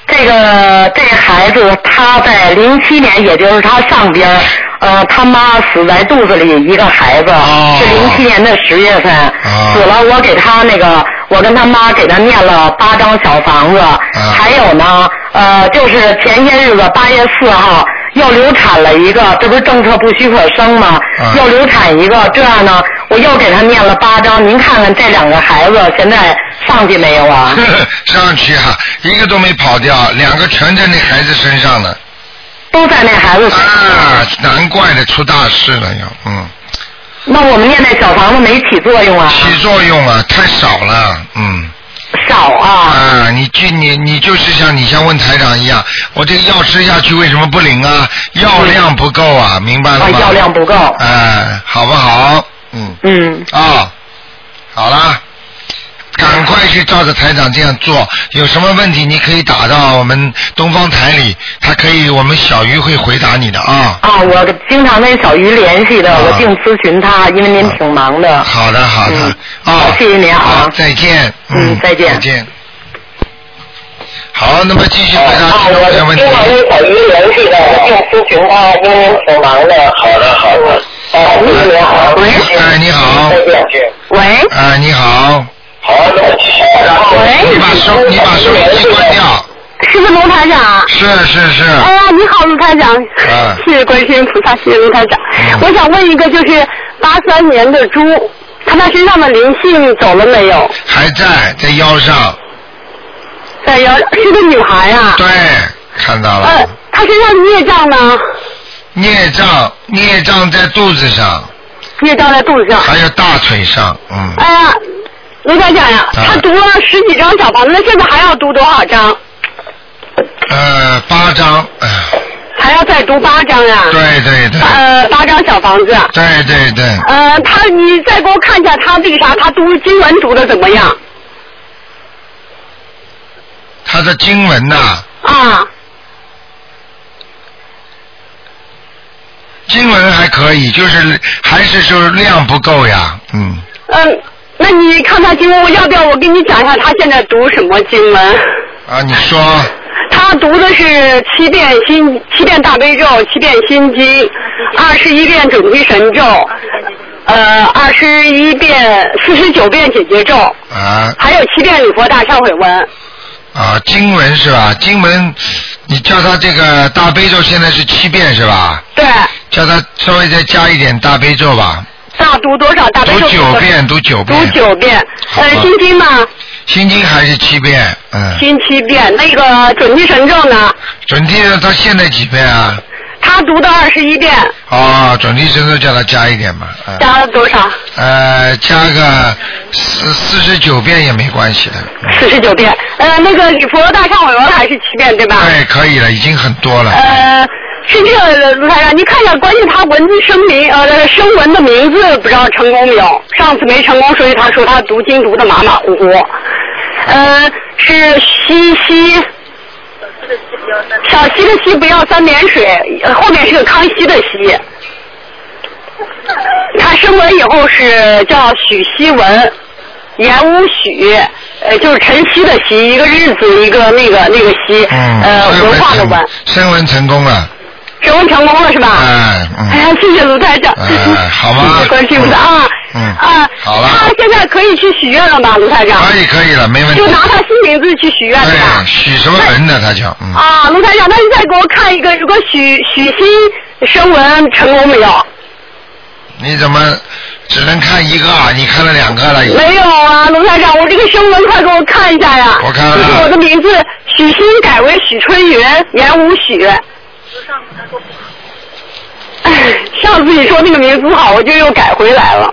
Speaker 5: 这个这个孩子他在零七年，也就是他上边儿，呃，他妈死在肚子里一个孩子，
Speaker 1: 哦
Speaker 5: 是零七年的十月份、
Speaker 1: 哦
Speaker 5: 死了。我给他那个，我跟他妈给他念了八张小房子，还有呢，呃，就是前些日子八月四号。又流产了一个，这不是政策不许可生吗？
Speaker 1: 嗯
Speaker 5: 又流产一个，这样呢，我又给他念了八张。您看看这两个孩子现在上去没有啊？
Speaker 1: 上去啊，一个都没跑掉，两个全在那孩子身上呢。
Speaker 5: 都在那孩子身上。
Speaker 1: 啊，难怪的，出大事了要，嗯，
Speaker 5: 那我们念那小房子没起作用啊？
Speaker 1: 起作用了，太少了，嗯，
Speaker 5: 少啊。
Speaker 1: 啊，你去你你就是像你像问台长一样，我这个药吃下去为什么不灵啊？药量不够啊，明白了
Speaker 5: 嗯啊，
Speaker 1: 吗？
Speaker 5: 药量不够。
Speaker 1: 哎、好不好？嗯
Speaker 5: 嗯，
Speaker 1: 啊、好啦，赶快去照着台长这样做。有什么问题你可以打到我们东方台里，他可以我们小鱼会回答你的啊。
Speaker 5: 啊，我经常跟小鱼联系的，
Speaker 1: 啊
Speaker 5: 我净咨询他，因为您挺忙的。
Speaker 1: 好的，好的，
Speaker 5: 啊嗯
Speaker 1: 啊，
Speaker 5: 好谢谢您啊
Speaker 1: 好，再见，
Speaker 5: 嗯再见
Speaker 1: 再见。好，那么继续回答
Speaker 5: 啊
Speaker 1: 听众朋友问题。
Speaker 5: 小鱼联系的，我净咨询
Speaker 3: 啊
Speaker 5: 他，因为您挺忙的。
Speaker 3: 好的，好的，
Speaker 5: 啊，您好，喂
Speaker 1: 哎，你好，
Speaker 3: 再见。
Speaker 5: 喂，
Speaker 1: 哎，你好，
Speaker 3: 好，那么继续。然后
Speaker 1: 哎你把收你把收音机关掉，
Speaker 4: 是不是龙台长？
Speaker 1: 是是是，
Speaker 4: 哎呀，你好，卢台长，
Speaker 1: 啊
Speaker 4: 谢谢观世音菩萨，谢谢卢台长。
Speaker 1: 嗯
Speaker 4: 我想问一个，就是八三年的猪，他那身上的灵性走了没有？
Speaker 1: 还在在腰上，
Speaker 4: 在呃要是个女孩啊。
Speaker 1: 对，啊看到
Speaker 4: 呃
Speaker 1: 了，，
Speaker 4: 她身上的孽障呢？
Speaker 1: 孽障孽障在肚子上，
Speaker 4: 孽障在肚子上。
Speaker 1: 还有大腿上，嗯，
Speaker 4: 哎呀，卢台长呀，
Speaker 1: 啊
Speaker 4: 她读了十几张小房子，那现在还要读多少张？
Speaker 1: 呃，八张，哎
Speaker 4: 还要再读八张呀？。
Speaker 1: 对对对，
Speaker 4: 呃，八张小房子。
Speaker 1: 对对对，
Speaker 4: 呃，他你再给我看一下他这个啥，他读经文读的怎么样？
Speaker 1: 他的经文呐、
Speaker 4: 啊，
Speaker 1: 经文还可以，就是还是说量不够呀，嗯，
Speaker 4: 嗯，那你看他经文，要不要我给你讲一下他现在读什么经文？
Speaker 1: 啊，你说，
Speaker 4: 他读的是七遍心七遍大悲咒，七遍心经，二十一遍准提神咒，呃，二十一遍四十九遍解结咒，
Speaker 1: 啊
Speaker 4: 还有七遍礼佛大忏悔文。
Speaker 1: 啊，经文是吧？经文，你叫他这个大悲咒现在是七遍是吧？
Speaker 4: 对，
Speaker 1: 叫他稍微再加一点大悲咒吧，
Speaker 4: 大读多少？大悲
Speaker 1: 读
Speaker 4: 咒
Speaker 1: 九
Speaker 4: 多少
Speaker 1: 遍，读九
Speaker 4: 读
Speaker 1: 遍，
Speaker 4: 九遍。
Speaker 1: 好
Speaker 4: 呃，
Speaker 1: 吧嗯
Speaker 4: 心经嘛，
Speaker 1: 心经还是七遍，嗯，
Speaker 4: 星期遍，那个准提神咒呢，
Speaker 1: 准提呢？他现在几遍啊？
Speaker 4: 他读的二十一遍，
Speaker 1: 哦，准提神咒叫他加一点嘛，嗯，
Speaker 4: 加了多少？
Speaker 1: 呃，加个四四十九遍也没关系的，嗯
Speaker 4: 四十九遍。呃，那个礼佛大忏悔文还是七遍对吧？
Speaker 1: 对，可以了，已经很多了。
Speaker 4: 啊呃，是这个的卢台长，你看一下关于他文字声明呃声纹的名字，不知道成功没有？上次没成功，所以他说他读经读的马马虎虎。呃，是西西。小溪的溪不要三点水，呃后面是个康熙的熙。他升文以后是叫许希文，言无许，呃，就是晨曦的曦，一个日子，一个那个那个曦，
Speaker 1: 嗯，
Speaker 4: 呃，
Speaker 1: 升
Speaker 4: 文
Speaker 1: 温
Speaker 4: 化的
Speaker 1: 成
Speaker 4: 文。
Speaker 1: 升温成功了，
Speaker 4: 成功成功了是吧？
Speaker 1: 哎，
Speaker 4: 哎
Speaker 1: 嗯，
Speaker 4: 呀，谢谢卢台长，
Speaker 1: 哎好吧
Speaker 4: 谢谢关心我的啊，
Speaker 1: 嗯
Speaker 4: 啊，
Speaker 1: 好了
Speaker 4: 他现在可以去许愿了吧，卢台长？
Speaker 1: 可以可以了，没问题
Speaker 4: 就。拿他新名字去许愿是吧
Speaker 1: 对，？许什么文呢？他叫，嗯，
Speaker 4: 啊，卢台长，那你再给我看一个，如果许许昕声纹成功没有？
Speaker 1: 你怎么只能看一个啊？你看了两个了已经。
Speaker 4: 没有啊，卢台长，我这个声纹快给我看一下呀！
Speaker 1: 我看了啊
Speaker 4: 就是我的名字许昕改为许春云，言无许。哎上次你说那个名字不好，我就又改回来了。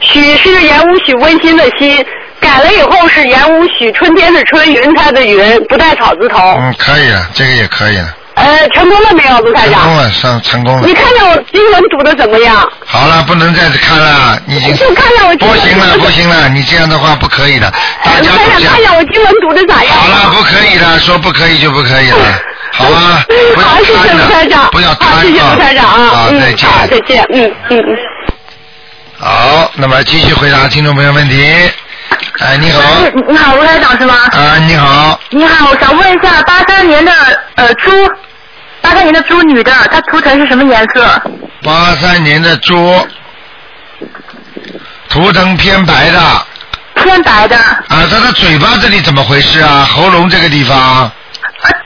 Speaker 4: 许是言无许温馨的馨，改了以后是言无许春天的春，云彩的云，不带草字头。
Speaker 1: 嗯，可以了，这个也可以了，
Speaker 4: 呃，成功了没有，卢台
Speaker 1: 成功
Speaker 4: 长？
Speaker 1: 了，上成功了
Speaker 4: 你。看看我经文读的怎么样？
Speaker 1: 好了，不能再看了，你已经
Speaker 4: 就看看我经
Speaker 1: 不
Speaker 4: 文
Speaker 1: 行了，
Speaker 4: 读
Speaker 1: 不
Speaker 4: 的。
Speaker 1: 行了，你这样的话不可以的，大
Speaker 4: 卢
Speaker 1: 家
Speaker 4: 台
Speaker 1: 都
Speaker 4: 长，
Speaker 1: 这
Speaker 4: 看一
Speaker 1: 样。
Speaker 4: 下我经文读的咋样？
Speaker 1: 好了，不可以了，说不可以就不可以了，好吧？
Speaker 5: 嗯
Speaker 1: 不要
Speaker 4: 好，谢谢
Speaker 1: 贪
Speaker 4: 卢台
Speaker 1: 了
Speaker 4: 长，，
Speaker 1: 不要贪
Speaker 4: 好，谢谢
Speaker 1: 啊
Speaker 4: 卢台长啊，
Speaker 1: 好，
Speaker 4: 嗯，
Speaker 1: 再见。
Speaker 4: 好，再见，嗯嗯嗯。
Speaker 1: 好，那么继续回答听众朋友问题。哎，你好，
Speaker 4: 嗯
Speaker 5: 你好，吴台长是吗？
Speaker 1: 啊，你好，
Speaker 5: 你好，我想问一下，八三年的呃猪，八三年的猪女的，她图腾是什么颜色？
Speaker 1: 八三年的猪，图腾偏白的，啊，
Speaker 5: 偏白的。啊
Speaker 1: 他的嘴巴这里怎么回事啊？喉咙这个地方
Speaker 5: 啊，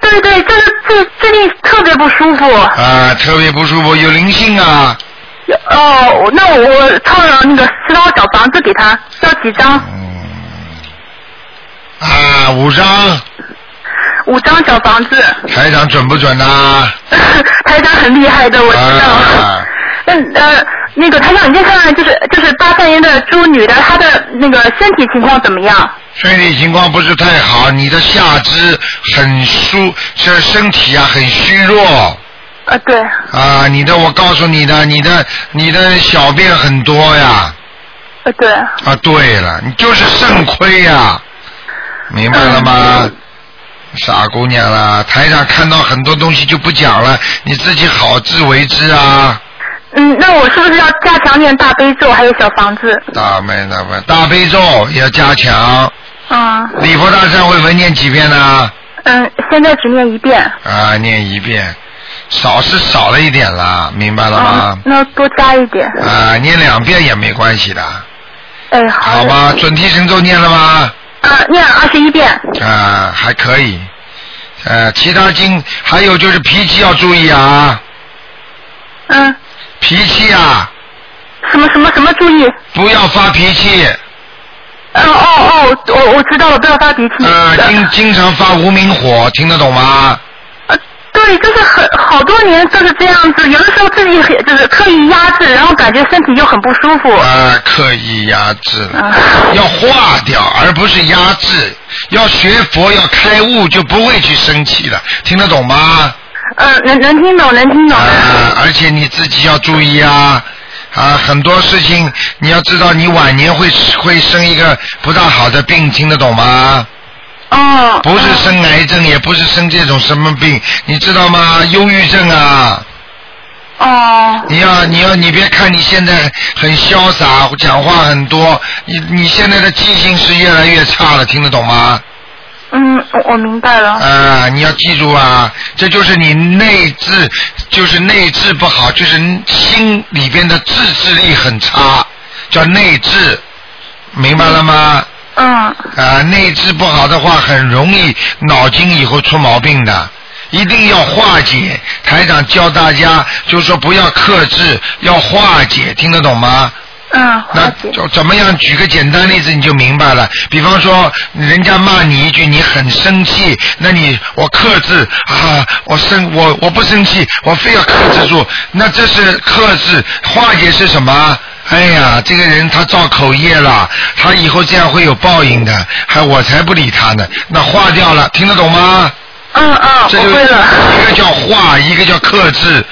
Speaker 5: 对对，这个这最近特别不舒服。
Speaker 1: 啊，特别不舒服，有灵性啊。
Speaker 5: 哦，那我我抄了那个四张小房子给她，要几张？
Speaker 1: 嗯，啊，五张，
Speaker 5: 五张小房子。
Speaker 1: 台长准不准啊呐、
Speaker 5: 台长很厉害的，我知
Speaker 1: 啊
Speaker 5: 道。嗯呃，那个台长，你再看看，就是就是八三年的猪女的，她的那个身体情况怎么样？
Speaker 1: 身体情况不是太好，你的下肢很舒，这身体啊很虚弱。
Speaker 4: 啊，对。
Speaker 1: 啊，你的我告诉你的，你的你的小便很多呀。
Speaker 4: 啊，对。
Speaker 1: 啊，对了，你就是肾亏呀，明白了吗？傻姑娘啦，台上看到很多东西就不讲了，你自己好自为之啊。
Speaker 4: 嗯，那我是不是要加强念大悲咒，还有小房子？
Speaker 1: 大悲大悲大悲咒要加强，
Speaker 4: 啊，
Speaker 1: 礼佛大忏悔文念几遍呢？
Speaker 4: 嗯，现在只念一遍。
Speaker 1: 啊，念一遍，少是少了一点啦，明白了
Speaker 4: 啊
Speaker 1: 吗？，
Speaker 4: 那多加一点。
Speaker 1: 啊，念两遍也没关系的，
Speaker 4: 哎，好
Speaker 1: 好
Speaker 4: 的。
Speaker 1: 吧？准提神咒念了吗？
Speaker 4: 啊，念二十一遍。
Speaker 1: 啊，还可以。呃，其他经还有就是脾气要注意啊，
Speaker 4: 嗯，
Speaker 1: 脾气啊，
Speaker 4: 什么什么什么注意？
Speaker 1: 不要发脾气。
Speaker 4: 嗯，哦哦，我我知道了，不要发脾气。
Speaker 1: 呃，经经常发无名火，听得懂吗？
Speaker 4: 呃，对，就是很好多年都是这样子，有的时候自己很就是刻意压制，然后感觉身体又很不舒服。
Speaker 1: 啊，刻意压制了，
Speaker 4: 啊
Speaker 1: 要化掉，而不是压制。要学佛，要开悟，就不会去生气了，听得懂吗？
Speaker 4: 嗯，能能听懂，能听懂。
Speaker 1: 啊，而且你自己要注意啊。啊，很多事情你要知道，你晚年会会生一个不大好的病，听得懂吗？
Speaker 4: 哦。
Speaker 1: 不是生癌症，也不是生这种什么病，你知道吗？忧郁症啊，
Speaker 4: 哦。
Speaker 1: 你要你要你别看你现在很潇洒，讲话很多，你你现在的记性是越来越差了，听得懂吗？
Speaker 4: 嗯，我我明白了。
Speaker 1: 啊，你要记住啊，这就是你内置，就是内置不好，就是心里边的自制力很差，叫内置，明白了吗？
Speaker 4: 嗯
Speaker 1: 啊，内置不好的话，很容易脑筋以后出毛病的。一定要化解，台长教大家，就是说不要克制，要化解，听得懂吗？
Speaker 4: 嗯，
Speaker 1: 那
Speaker 4: 好姐。
Speaker 1: 就怎么样？举个简单例子你就明白了。比方说，人家骂你一句，你很生气，那你我克制啊，我生我我不生气，我非要克制住，那这是克制。化解是什么？哎呀，这个人他造口业了，他以后这样会有报应的，还我才不理他呢。那化掉了，听得懂吗？
Speaker 4: 嗯嗯，
Speaker 1: 这就
Speaker 4: 我
Speaker 1: 一
Speaker 4: 会了。
Speaker 1: 个叫化，一个叫克制，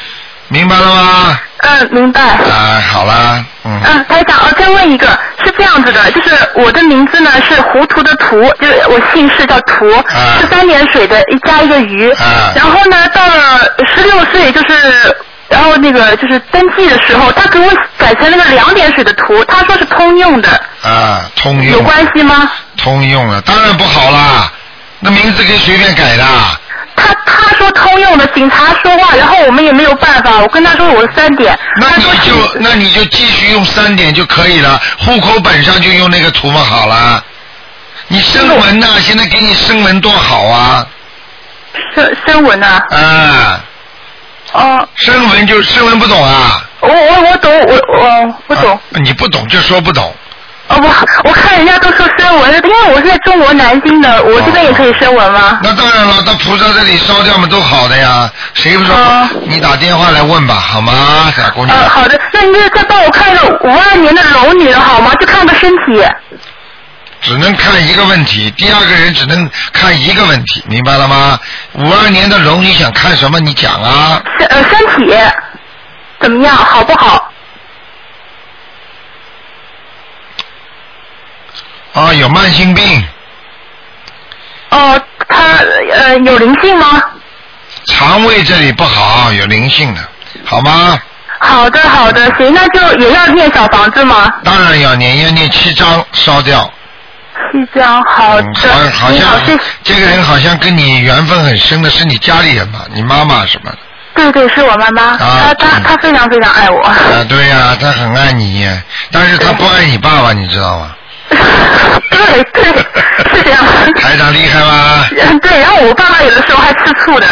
Speaker 1: 明白了吗？
Speaker 4: 嗯，明白。
Speaker 1: 啊，好啦，嗯。
Speaker 4: 嗯，台长，哦，再问一个，是这样子的，就是我的名字呢是糊涂的涂，就是我姓氏叫涂，
Speaker 1: 啊
Speaker 4: 是三点水的一加一个鱼，
Speaker 1: 啊
Speaker 4: 然后呢，到了十六岁就是。然后那个就是登记的时候，他给我改成那个两点水的图，他说是通用的，
Speaker 1: 啊，通
Speaker 4: 有
Speaker 1: 用
Speaker 4: 关系吗？
Speaker 1: 通用了，当然不好啦。那名字可以随便改的，
Speaker 4: 他他说通用的，警察说话，然后我们也没有办法，我跟他说我是三点，
Speaker 1: 嗯那
Speaker 4: 他
Speaker 1: 你
Speaker 4: 说
Speaker 1: 就那你就继续用三点就可以了，户口本上就用那个图嘛好了。你声纹呐、现在给你声纹多好啊！
Speaker 4: 声声纹呢？
Speaker 1: 啊，
Speaker 4: 哦，
Speaker 1: 声纹就声纹不懂啊？
Speaker 4: 我我我懂，我我不懂。
Speaker 1: 啊你不懂就说不懂。
Speaker 4: 哦，我我看人家都说声纹，因为我是在中国南京的，我这边也可以声纹吗？
Speaker 1: 哦那当然了，到菩萨这里烧掉嘛都好的呀，谁不说？
Speaker 4: 啊
Speaker 1: 你打电话来问吧，好吗，傻姑
Speaker 4: 呃，
Speaker 1: 娘？
Speaker 4: 好的，那你就再帮我看个五二年的龙女好吗？就看个身体。
Speaker 1: 只能看一个问题，第二个人只能看一个问题，明白了吗？五二年的龙，你想看什么？你讲啊。
Speaker 4: 身呃身体怎么样，好不好？
Speaker 1: 啊，有慢性病，
Speaker 4: 哦、他呃有灵性吗？
Speaker 1: 肠胃这里不好，有灵性的，好吗？
Speaker 4: 好的好的，行，那就也要念小房子吗？
Speaker 1: 当然要念，要念七章烧掉。
Speaker 4: 是这样，好的，
Speaker 1: 嗯，好，好
Speaker 4: 你好，
Speaker 1: 像
Speaker 4: 谢谢。
Speaker 1: 这个人好像跟你缘分很深的，是你家里人吧？你妈妈什么的？
Speaker 4: 对对，是我妈妈，
Speaker 1: 啊
Speaker 4: 她她
Speaker 1: 嗯
Speaker 4: 她非常非常爱我。
Speaker 1: 啊，对呀、她很爱你，但是她不爱你爸爸，你知道吗？
Speaker 4: 对对， 是这样。
Speaker 1: 台长厉害吧？
Speaker 4: 嗯， 对，然后我爸爸有的时候还吃醋 的。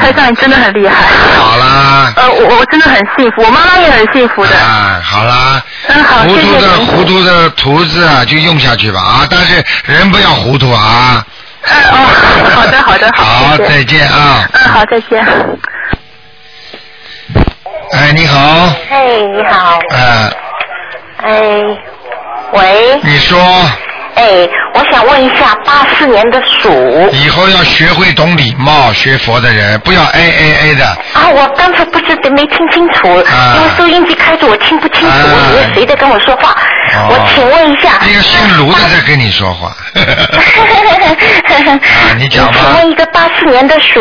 Speaker 4: 台长，你真的很厉害。
Speaker 1: 好啦。
Speaker 4: 呃，我我真的很幸福，我妈妈也很幸福的。
Speaker 1: 啊，好啦。
Speaker 4: 嗯好
Speaker 1: 糊涂
Speaker 4: 谢谢
Speaker 1: 的
Speaker 4: 您
Speaker 1: 糊涂的图字啊，就用下去吧啊！但是人不要糊涂啊。
Speaker 4: 嗯哦， 好的好的
Speaker 1: 好，
Speaker 4: 谢谢
Speaker 1: 再见啊！
Speaker 4: 嗯，好，再见。
Speaker 1: 哎，你好，
Speaker 6: 嘿，你好，
Speaker 1: 哎，
Speaker 6: 哎，
Speaker 2: 喂，
Speaker 1: 你说
Speaker 2: 哎，我想问一下，八四年的鼠
Speaker 1: 以后要学会懂礼貌，学佛的人不要 A A A 的，
Speaker 2: 啊，我刚才不是没听清楚，
Speaker 1: 啊
Speaker 2: 因为收音机开着，我听不清楚，我以为谁在跟我说话。
Speaker 1: 哎哦
Speaker 2: 我请问一下，
Speaker 1: 那个姓卢的在跟你说话。
Speaker 2: 啊
Speaker 1: 你讲吧
Speaker 2: 请问一个八四年的鼠，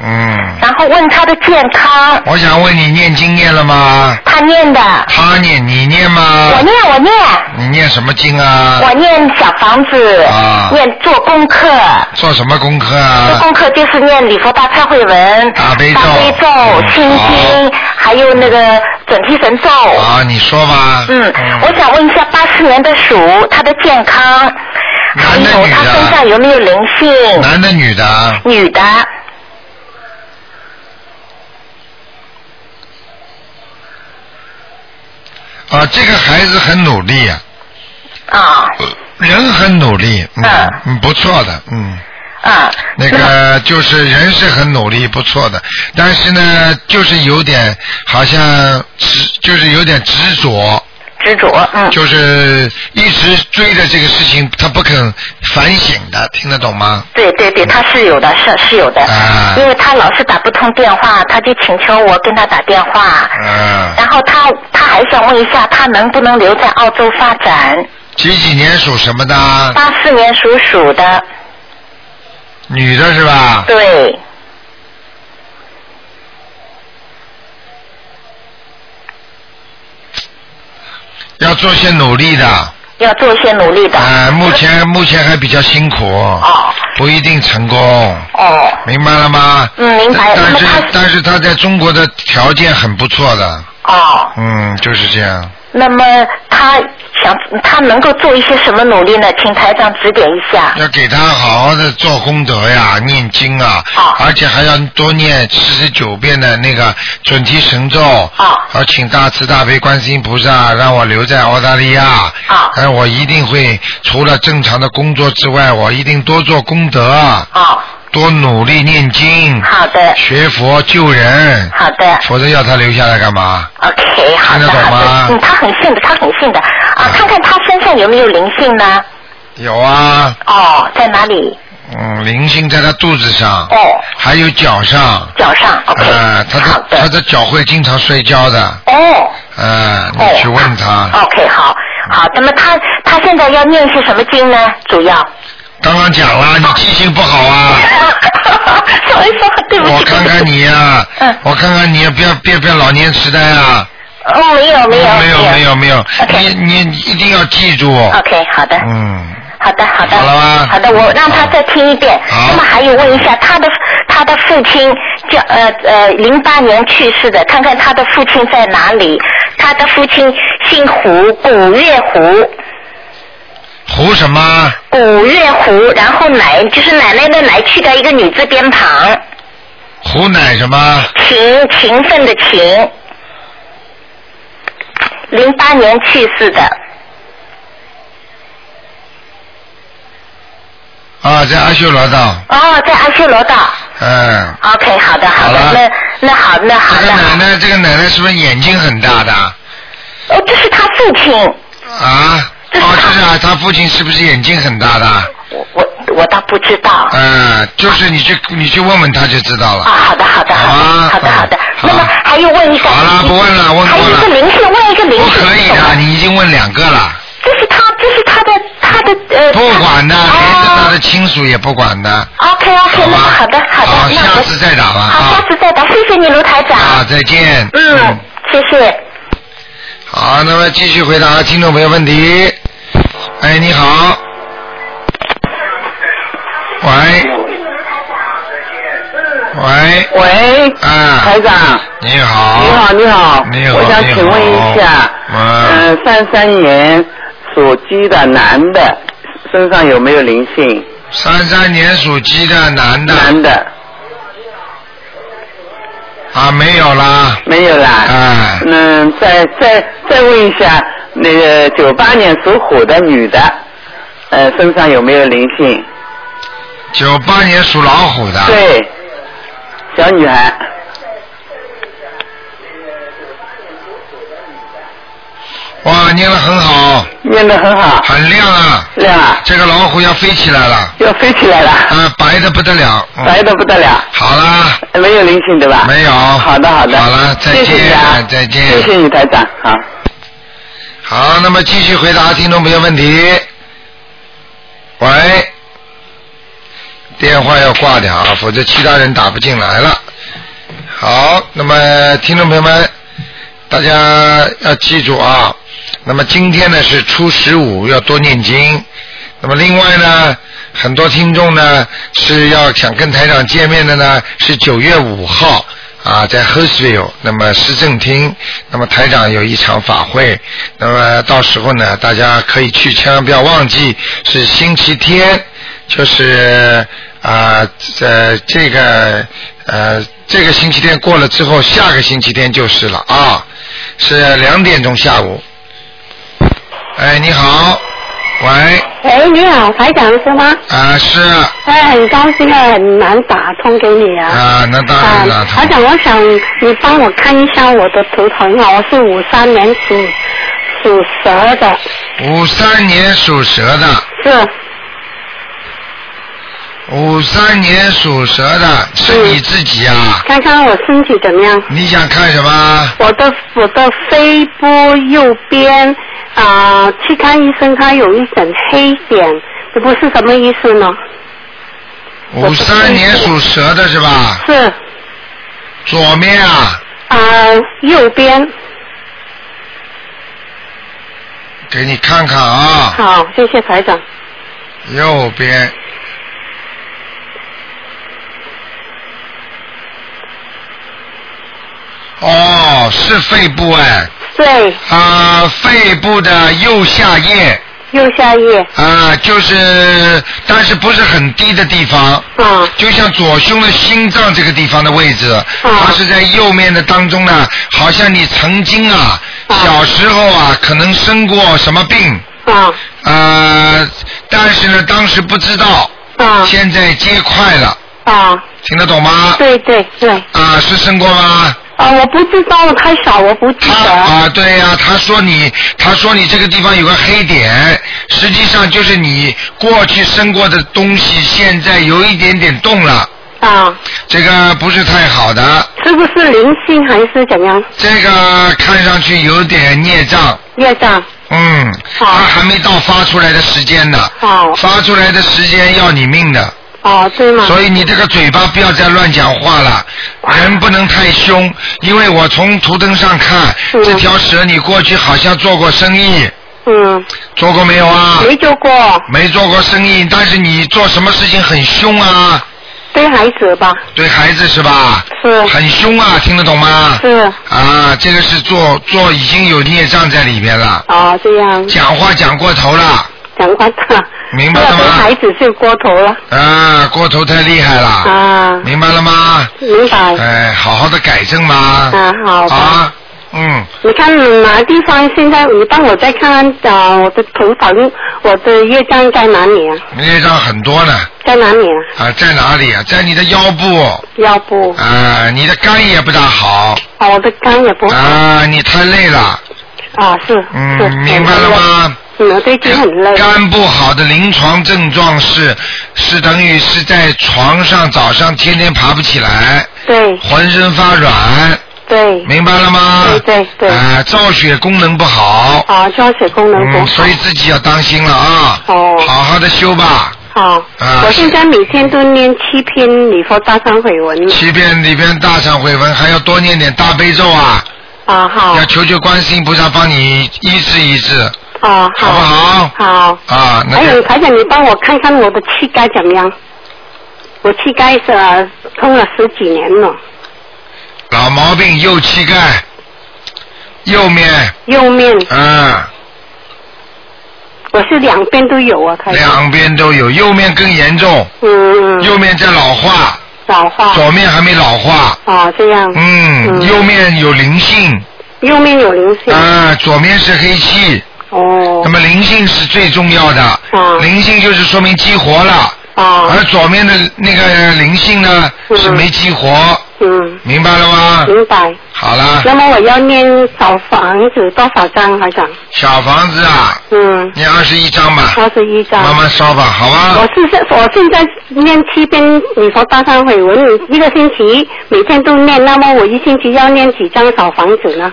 Speaker 1: 嗯，
Speaker 2: 然后问他的健康，
Speaker 1: 我想问你念经念了吗？
Speaker 2: 他念的，
Speaker 1: 他念，你念
Speaker 2: 我
Speaker 1: 吗？
Speaker 2: 念我念，
Speaker 1: 你念什么经啊？
Speaker 2: 我念小房子，
Speaker 1: 啊
Speaker 2: 念做功课。
Speaker 1: 做什么功课
Speaker 2: 这
Speaker 1: 啊？
Speaker 2: 功课就是念礼佛大忏悔文、
Speaker 1: 大啊悲咒
Speaker 2: 咒
Speaker 1: 嗯
Speaker 2: 心经，还有那个准提神咒。
Speaker 1: 啊，你说吧。
Speaker 2: 嗯，我想问一下，八四年的鼠，他的健康，还
Speaker 1: 男的
Speaker 2: 有
Speaker 1: 女
Speaker 2: 他
Speaker 1: 的
Speaker 2: 身上有没有灵性？
Speaker 1: 男的女的啊？
Speaker 2: 女的，
Speaker 1: 啊，这个孩子很努力啊，
Speaker 2: 啊，
Speaker 1: 人很努力，嗯
Speaker 2: 嗯，
Speaker 1: 嗯不错的，嗯。
Speaker 2: 啊，
Speaker 1: 那
Speaker 2: 么
Speaker 1: 个就是人是很努力，不错的，但是呢，就是有点好像执，就是有点执着，
Speaker 2: 执着，嗯，
Speaker 1: 就是一直追着这个事情，他不肯反省的，听得懂吗？
Speaker 2: 对对对，他是有的，是是有的，
Speaker 1: 嗯啊
Speaker 2: 因为他老是打不通电话，他就请求我跟他打电话，
Speaker 1: 嗯，
Speaker 2: 然后他他还想问一下，他能不能留在澳洲发展？
Speaker 1: 几几年属什么的？
Speaker 2: 八四年属鼠的，
Speaker 1: 女的是吧？
Speaker 2: 对，
Speaker 1: 要做些努力的，啊、
Speaker 2: 要做一些努力的。
Speaker 1: 目前目前还比较辛苦，
Speaker 2: 哦
Speaker 1: 不一定成功。
Speaker 2: 哦，
Speaker 1: 明白了吗？
Speaker 2: 嗯明白
Speaker 1: 但
Speaker 2: 那么
Speaker 1: 是
Speaker 2: 他
Speaker 1: 但是他在中国的条件很不错的，
Speaker 2: 哦，
Speaker 1: 嗯，就是这样。
Speaker 2: 那么他想他能够做一些什么努力呢？请台长指点一下。
Speaker 1: 要给他好好的做功德呀，
Speaker 2: 嗯
Speaker 1: 念经啊，
Speaker 2: 啊
Speaker 1: 而且还要多念四十九遍的那个准提神咒，
Speaker 2: 啊
Speaker 1: 要请大慈大悲观世音菩萨让我留在澳大利亚，
Speaker 2: 啊
Speaker 1: 哎，我一定会除了正常的工作之外，我一定多做功德，
Speaker 2: 哦，
Speaker 1: 多努力念经，
Speaker 2: 好的，
Speaker 1: 学佛救人，
Speaker 2: 好的
Speaker 1: 否则要他留下来干嘛？
Speaker 2: ，OK，好的
Speaker 1: 听得懂
Speaker 2: 好
Speaker 1: 吗
Speaker 2: 的。嗯，他很信的，他很信的。啊
Speaker 1: 啊，
Speaker 2: 看看他身上有没有灵性呢？
Speaker 1: 有啊，
Speaker 2: 哦，在哪里？
Speaker 1: 嗯，灵性在他肚子上，
Speaker 2: 哦，
Speaker 1: 还有脚上。
Speaker 2: 脚上。OK，
Speaker 1: 呃，他
Speaker 2: 好
Speaker 1: 的他
Speaker 2: 的。
Speaker 1: 的脚会经常摔跤的，
Speaker 2: 哦。
Speaker 1: 呃，
Speaker 2: 哦
Speaker 1: 你去问他。
Speaker 2: OK，好，好，那么他他现在要念些什么经呢？主要，
Speaker 1: 刚刚讲了，你记性不好啊。
Speaker 2: 所以说对不起，
Speaker 1: 我看看你呀、
Speaker 2: 嗯
Speaker 1: 我看看你，不要别别老年痴呆啊！
Speaker 2: 哦，没有没有
Speaker 1: 没有没有没有，
Speaker 2: OK
Speaker 1: 你你你一定要记住。
Speaker 2: OK，好的，
Speaker 1: 嗯，
Speaker 2: 好的好的，
Speaker 1: 好了吗
Speaker 2: 好的，我让他再听一遍。
Speaker 1: 好
Speaker 2: 那么还有问一下他的他的父亲叫呃呃零八年去世的，看看他的父亲在哪里？他的父亲姓胡，古月胡。
Speaker 1: 胡什么？
Speaker 2: 古月胡，然后奶就是奶奶的奶，去掉一个女字边旁，
Speaker 1: 胡奶什么？
Speaker 2: 勤勤奋的勤。零八年去世的，
Speaker 1: 啊，在阿修罗道。
Speaker 2: 哦，在阿修罗道。
Speaker 1: 嗯，
Speaker 2: OK，好的，好
Speaker 1: 好
Speaker 2: 的，
Speaker 1: 了
Speaker 2: 那那好，那好
Speaker 1: 这
Speaker 2: 的
Speaker 1: 个奶
Speaker 2: 好的。
Speaker 1: 奶，这个奶奶是不是眼睛很大的？
Speaker 2: 哦，这是他父亲，
Speaker 1: 啊？
Speaker 2: 嗯这是
Speaker 1: 哦，
Speaker 2: 她
Speaker 1: 就是啊，他父亲是不是眼睛很大的？
Speaker 2: 我我我倒不知道。啊，
Speaker 1: 嗯，就是你去你去问问他就知道了。
Speaker 2: 好的，好的，
Speaker 1: 啊好啊
Speaker 2: 好的，好的，好的。
Speaker 1: 好
Speaker 2: 那么还有问一个，
Speaker 1: 好了，不问了，问
Speaker 2: 还有
Speaker 1: 过
Speaker 2: 一个
Speaker 1: 了，
Speaker 2: 灵性，问一个灵
Speaker 1: 不
Speaker 2: 性。
Speaker 1: 可以的，你已经问两个了，
Speaker 2: 这是他，这是他的，他的呃。
Speaker 1: 不管的，
Speaker 2: 哦
Speaker 1: 连着他的亲属也不管的，
Speaker 2: OK OK，
Speaker 1: 好吧
Speaker 2: 那么好的好的，
Speaker 1: 好
Speaker 2: 那
Speaker 1: 下
Speaker 2: 我
Speaker 1: 次再打吧啊
Speaker 2: 好，下次再打，谢谢你卢台长。
Speaker 1: 啊，再见。
Speaker 2: 嗯，谢谢。
Speaker 1: 好，那么继续回答听众朋友问题。哎，你好。喂。喂。
Speaker 5: 喂，
Speaker 1: 啊。
Speaker 5: 台长，
Speaker 1: 你好。
Speaker 5: 你好，你好，
Speaker 1: 嗯你好
Speaker 5: 我想请问一下，
Speaker 1: 你好嗯
Speaker 5: 嗯，三三年属鸡的男的身上有没有灵性？
Speaker 1: 三三年属鸡的男的。
Speaker 5: 男的
Speaker 1: 啊，没有啦。
Speaker 5: 没有啦。
Speaker 1: 哎。
Speaker 5: 嗯，再再再问一下，那个九八年属虎的女的，呃，身上有没有灵性？
Speaker 1: 九八年属老虎的。。
Speaker 5: 对，小女孩，
Speaker 1: 哇，念得很好。
Speaker 5: 念念得很好，
Speaker 1: 很亮啊！
Speaker 5: 亮啊，
Speaker 1: 这个老虎要飞起来了，
Speaker 5: 要飞起来了，
Speaker 1: 呃，白的不得了。嗯
Speaker 5: 白的不得了，
Speaker 1: 好啦，
Speaker 5: 没有灵性对吧？
Speaker 1: 没有。
Speaker 5: 好的好的，
Speaker 1: 好了，再
Speaker 5: 谢
Speaker 1: 见，
Speaker 5: 谢你啊，
Speaker 1: 再见。
Speaker 5: 谢谢你台长，好。
Speaker 1: 好，那么继续回答听众朋友问题。喂，电话要挂掉啊，否则其他人打不进来了。好，那么听众朋友们，大家要记住啊，那么今天呢是初十五，要多念经。那么另外呢，很多听众呢是要想跟台长见面的呢，是九月五号啊，在 h e r s v i l l e 那么市政厅，那么台长有一场法会，那么到时候呢，大家可以去，千万不要忘记是星期天，就是啊，呃，这个呃，这个星期天过了之后，下个星期天就是了啊，是两点钟下午。哎，你好，喂。
Speaker 4: 喂，哎你好，台长是吗？
Speaker 1: 啊，是
Speaker 4: 哎，很高兴啊，很难打通给你啊。
Speaker 1: 啊，那当然了，
Speaker 4: 台长，我想你帮我看一下我的图腾啊，我是五三年属属蛇的，
Speaker 1: 五三年属蛇的，
Speaker 4: 是
Speaker 1: 五三年属蛇的是你自己啊？
Speaker 4: 看看我身体怎么样？
Speaker 1: 你想看什么？
Speaker 4: 我的我的肺部右边啊、去看医生，他有一点黑点，这不是什么意思呢？
Speaker 1: 五三年属蛇的是吧？
Speaker 4: 是啊、
Speaker 1: 左面啊，
Speaker 4: 右边，
Speaker 1: 给你看看啊，
Speaker 4: 好，谢谢台长。
Speaker 1: 右边。哦，是肺部哎，
Speaker 4: 对，
Speaker 1: 啊、肺部的右下叶
Speaker 4: 右下叶
Speaker 1: 啊、就是，但是不是很低的地方。
Speaker 4: 啊
Speaker 1: 就像左胸的心脏这个地方的位置，
Speaker 4: 啊
Speaker 1: 它是在右面的当中呢，好像你曾经啊，小时候啊，可能生过什么病，
Speaker 4: 啊
Speaker 1: 呃，但是呢，当时不知道，
Speaker 4: 啊
Speaker 1: 现在接快了，
Speaker 4: 啊，
Speaker 1: 听得懂吗？
Speaker 4: 对对对，
Speaker 1: 啊，是生过吗？
Speaker 4: 啊，我不知道，太少，我不记得。
Speaker 1: 啊，对呀、他说你，他说你这个地方有个黑点，实际上就是你过去生过的东西，现在有一点点动了，
Speaker 4: 啊，
Speaker 1: 这个不是太好的。
Speaker 4: 是不是灵性还是怎样？
Speaker 1: 这个看上去有点孽障，
Speaker 4: 业障？
Speaker 1: 嗯，它
Speaker 4: 好
Speaker 1: 还没到发出来的时间呢，
Speaker 4: 好，
Speaker 1: 发出来的时间要你命的，
Speaker 4: 哦，对吗？
Speaker 1: 所以你这个嘴巴不要再乱讲话了，人不能太凶，因为我从图腾上看，
Speaker 4: 嗯
Speaker 1: 这条蛇你过去好像做过生意，
Speaker 4: 嗯，
Speaker 1: 做过没有啊？
Speaker 4: 没救过，
Speaker 1: 没做过生意，但是你做什么事情很凶啊？
Speaker 4: 对孩子吧？
Speaker 1: 对孩子是吧？
Speaker 4: 是
Speaker 1: 很凶啊，听得懂吗？
Speaker 4: 是，
Speaker 1: 啊，这个是做做已经有孽障在里面了。
Speaker 4: 哦，这样
Speaker 1: 讲话讲过头了，
Speaker 4: 讲话的。
Speaker 1: 明白了吗
Speaker 4: 对孩子就过头了
Speaker 1: 啊，过头太厉害了，
Speaker 4: 啊，
Speaker 1: 明白了吗？
Speaker 4: 明白
Speaker 1: 哎，好好的改正嘛。
Speaker 4: 啊，好吧。
Speaker 1: 啊，嗯，
Speaker 4: 你看哪地方？现在你帮我再看看啊，我的头发，我的业障在哪里啊？
Speaker 1: 孽障很多呢，
Speaker 4: 在哪里啊？
Speaker 1: 啊，在哪里啊？在你的腰部，
Speaker 4: 腰部
Speaker 1: 啊，你的肝也不大好，
Speaker 4: 啊，我的肝也不好
Speaker 1: 啊，你太累了，
Speaker 4: 啊，是是
Speaker 1: 嗯，，明白了吗？哎
Speaker 4: 嗯？我最近很累。
Speaker 1: 肝不好的临床症状是，是等于是在床上早上天天爬不起来，
Speaker 4: 对
Speaker 1: 浑身发软，
Speaker 4: 对，
Speaker 1: 明白了吗？
Speaker 4: 对对对
Speaker 1: 啊、造血功能不好。
Speaker 4: 啊，造血功能不
Speaker 1: 嗯，
Speaker 4: 好
Speaker 1: 所。以自己要当心了啊。
Speaker 4: 哦
Speaker 1: 好好的修吧，
Speaker 4: 好、
Speaker 1: 啊
Speaker 4: 我现在每天都念七篇礼佛大忏悔文
Speaker 1: 七遍里边大忏悔文，还要多念点大悲咒啊，
Speaker 4: 啊，好
Speaker 1: 要求求观世音菩萨帮你医治医治，
Speaker 4: 啊，
Speaker 1: 好不好？
Speaker 4: 好。
Speaker 1: 啊，那
Speaker 4: 还
Speaker 1: 个
Speaker 4: 有台长，你帮我看看我的膝盖怎么样？我膝盖是、呃痛了十几年了，
Speaker 1: 老毛病，右膝盖，右面，
Speaker 4: 右面
Speaker 1: 啊，
Speaker 4: 我是两边都有啊，台长。
Speaker 1: 两边都有，右面更严重，
Speaker 4: 嗯，
Speaker 1: 右面在老化，
Speaker 4: 老
Speaker 7: 啊
Speaker 4: 化。
Speaker 1: 左面还没老化，
Speaker 4: 啊，这样。
Speaker 1: 嗯，右面有灵性，
Speaker 4: 右面有灵性。
Speaker 1: 啊，左面是黑气，
Speaker 4: 哦
Speaker 1: 那。么灵性是最重要的，
Speaker 4: 啊
Speaker 1: 灵性就是说明激活了，
Speaker 7: 哦。
Speaker 1: 而左面的那个灵性呢是没激活，
Speaker 7: 嗯，
Speaker 1: 明白了吗？
Speaker 7: 明白。
Speaker 1: 好了，
Speaker 7: 那么我要念小房子多少张还想？
Speaker 1: 小房子啊，
Speaker 7: 嗯，
Speaker 1: 念二十一章吧，
Speaker 7: 二十一张。
Speaker 1: 慢慢烧吧，好吧？
Speaker 7: 我是现我现在念七遍礼佛大忏悔文，一个星期每天都念。那么我一星期要念几张小房子呢？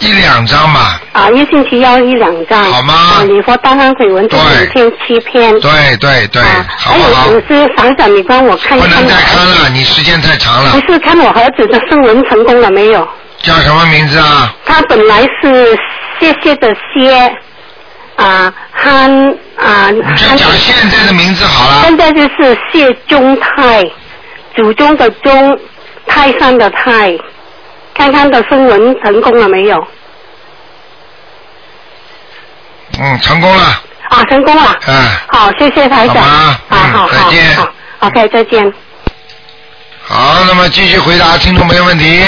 Speaker 1: 一两张吧，
Speaker 7: 啊，一星期要一两张。好吗？啊，礼佛大忏悔文就每天七篇。
Speaker 1: 对对对，好
Speaker 7: 还
Speaker 1: 不
Speaker 7: 有
Speaker 1: 好？
Speaker 7: 就是想想你啊哎帮我看一看我
Speaker 1: 看了，你时间太长了。
Speaker 7: 不是看我儿子的生文成功了没有？
Speaker 1: 叫什么名字啊？
Speaker 7: 他本来是谢谢的谢，啊憨啊。
Speaker 4: 嗯
Speaker 7: 你
Speaker 1: 就讲现在的名字好了。
Speaker 7: 现在就是谢宗泰，祖宗的宗，泰山的泰，看看的生文成功了没有？
Speaker 1: 嗯，成功了，
Speaker 7: 啊，成功了。
Speaker 1: 嗯，
Speaker 7: 好，谢谢台长。啊，好好
Speaker 1: 再见
Speaker 7: 好，OK，再见。
Speaker 1: 好，那么继续回答听众朋友问题。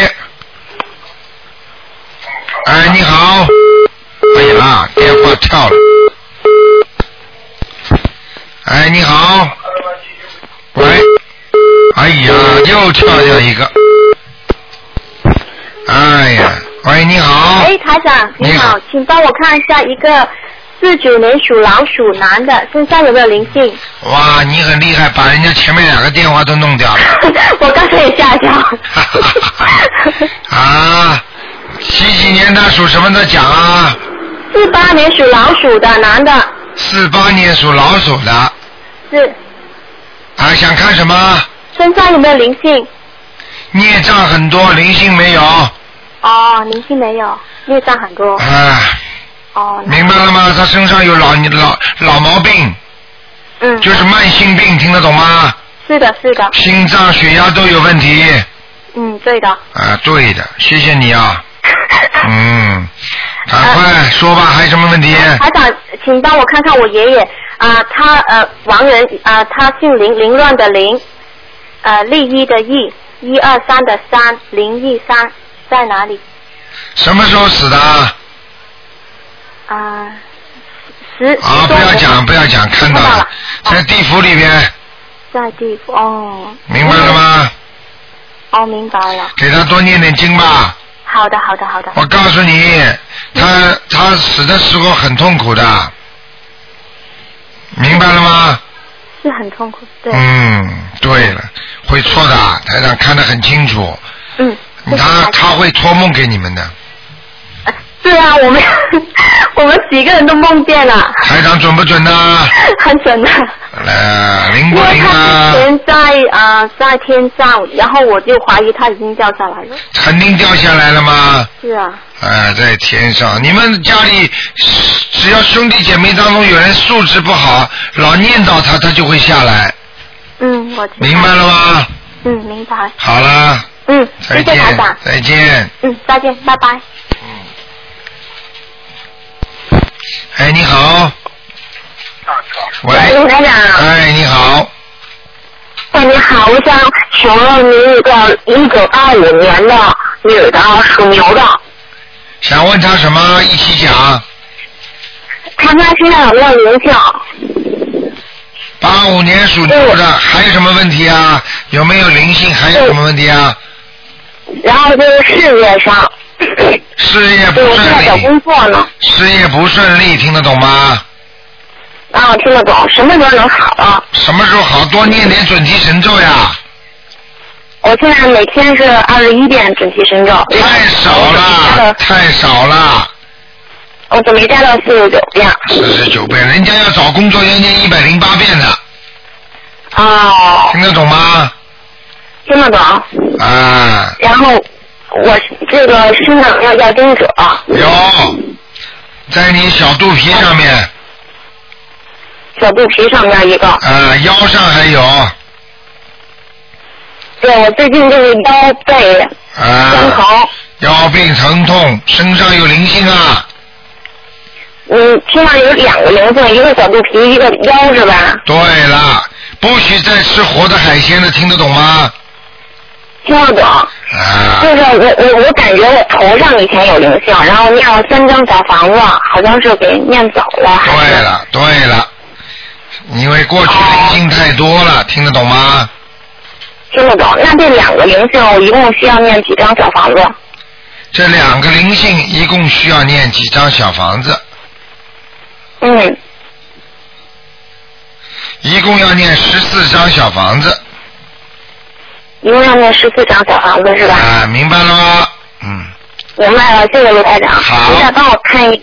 Speaker 1: 哎，你好。哎呀，电话跳了。哎，你好。喂。哎呀，又跳掉一个。哎呀，喂，你好。
Speaker 4: 哎，台长，你好，请帮我看一下一个四九年属老鼠男的身上有没有灵性？
Speaker 1: 哇，你很厉害，把人家前面两个电话都弄掉了。
Speaker 4: 我刚才也吓一跳。
Speaker 1: 啊，几几年的属什么的讲啊？
Speaker 4: 四八年属老鼠的男的，
Speaker 1: 四八年属老鼠的啊，
Speaker 4: 是
Speaker 1: 想看什么？
Speaker 4: 身上有没有灵性？
Speaker 1: 孽障很多，灵性没有
Speaker 4: 哦，灵性没有，孽障很多。
Speaker 1: 啊？
Speaker 4: 哦，
Speaker 1: 明白了吗？他身上有老老老毛病，
Speaker 4: 嗯，
Speaker 1: 就是慢性病，听得懂吗？
Speaker 4: 是的，是的，
Speaker 1: 心脏、血压都有问题
Speaker 4: 嗯，对的。
Speaker 1: 啊，对的，谢谢你啊， 嗯，赶快说吧，啊还有什么问题？
Speaker 4: 台长，请帮我看看我爷爷啊、他呃王仁啊、他姓林，凌乱的凌，呃利一的益，一二三的三，零一三在哪里
Speaker 1: 什么时候死的？
Speaker 4: 啊、十
Speaker 1: 啊，不要讲，不要讲，看到了，在地府里边，
Speaker 4: 在地府哦
Speaker 1: 明白了吗？
Speaker 4: 哦，明白了。
Speaker 1: 给他多念点经吧。
Speaker 4: 好的，好的，好的。
Speaker 1: 我告诉你，他他死的时候很痛苦的，明白了吗？
Speaker 4: 是很痛苦，对，
Speaker 1: 嗯，对了，会错的，台长看得很清楚，
Speaker 4: 嗯，
Speaker 1: 他他会托梦给你们的。
Speaker 4: 是啊，我们我们几个人都梦见了，
Speaker 1: 台长准不准呢？
Speaker 4: 很准的。
Speaker 1: 呃，灵
Speaker 4: 因
Speaker 1: 不
Speaker 4: 为
Speaker 1: 灵
Speaker 4: 他
Speaker 1: 啊
Speaker 4: 之？前在啊、在天上，然后我就怀疑他已经掉下来了。
Speaker 1: 肯定掉下来了吗？
Speaker 4: 是啊，
Speaker 1: 啊，在天上，你们家里只要兄弟姐妹当中有人素质不好，老念叨他，他就会下来，
Speaker 4: 嗯，我知道。
Speaker 1: 明白了吗？
Speaker 4: 嗯，明白。
Speaker 1: 好啦，
Speaker 4: 嗯，
Speaker 1: 再
Speaker 4: 谢谢台
Speaker 1: 见
Speaker 4: 长，。
Speaker 1: 再见。
Speaker 4: 嗯，再见，拜拜。
Speaker 1: 哎，你好。喂，
Speaker 5: 卢台长
Speaker 1: 哎，你好，
Speaker 5: 哎，你好，我想请问您一个一九八五年的女的，属牛的，
Speaker 1: 想问他什么？一起讲。
Speaker 5: 看她身上有没有灵性？
Speaker 1: 八五年属牛的，还有什么问题啊？有没有灵性？还有什么问题啊？
Speaker 5: 然后就是事业上，
Speaker 1: 事业不
Speaker 5: 我正在找
Speaker 1: 顺利，
Speaker 5: 工作呢。
Speaker 1: 事业不顺利，听得懂吗？
Speaker 5: 啊，我听得懂，什么时候能好啊？
Speaker 1: 什么时候好？多念点准提神咒呀！
Speaker 5: 我现在每天是二十一遍准提神咒，
Speaker 1: 太少了，太少了。
Speaker 5: 我怎么没加到四十九遍？
Speaker 1: 四十九遍，人家要找工作要念一百零八遍的，
Speaker 5: 哦，
Speaker 1: 听得懂吗？
Speaker 5: 听得懂。
Speaker 1: 啊，
Speaker 5: 然后我这个身上要啊要盯者，
Speaker 1: 有，在你小肚皮上面，
Speaker 5: 小肚皮上面一个。
Speaker 1: 啊，腰上还有，啊
Speaker 5: 对，我最近就是腰背
Speaker 1: 啊，
Speaker 5: 疼。
Speaker 1: 腰病疼痛，身上有灵性啊，
Speaker 5: 嗯，身上有两个灵性，一个小肚皮，一个腰是吧？
Speaker 1: 对了，不许再吃活的海鲜了，听得懂吗？
Speaker 5: 听得懂。
Speaker 1: 啊，
Speaker 5: 就是我我我感觉我头上以前有灵性，然后念了三张小房子，好像是给念走了。
Speaker 1: 对了，对了，因为过去灵性太多了，听得懂吗？
Speaker 4: 听得懂。那这两个灵性一共需要念几张小房子？
Speaker 1: 这两个灵性一共需要念几张小房子？
Speaker 4: 嗯，
Speaker 1: 一共要念十四张小房子
Speaker 4: 一共要念十四张小房子是吧？
Speaker 1: 啊，明白了吗？
Speaker 4: 明白了，谢谢卢台长。好。您再帮我看一，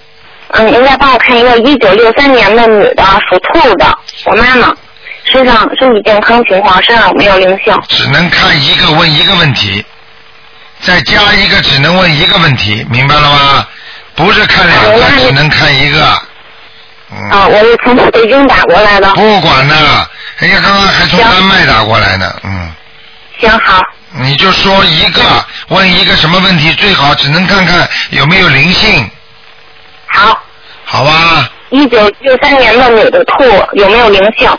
Speaker 4: 嗯，您再帮我看一个一九六三年的女的，属兔的，我妈妈，身上身体健康情况，身上有没有灵性？
Speaker 1: 只能看一个问一个问题，再加一个只能问一个问题，明白了吗？不是看两个，只能看一个。嗯
Speaker 4: 啊，我是从北京打过来的。
Speaker 1: 不管了，人家刚刚还从丹麦打过来呢，嗯。
Speaker 4: 行，好。
Speaker 1: 你就说一个，问一个什么问题最好，只能看看有没有灵性。
Speaker 4: 好。
Speaker 1: 好吧，
Speaker 4: 一九六三年的女的兔有没有灵性？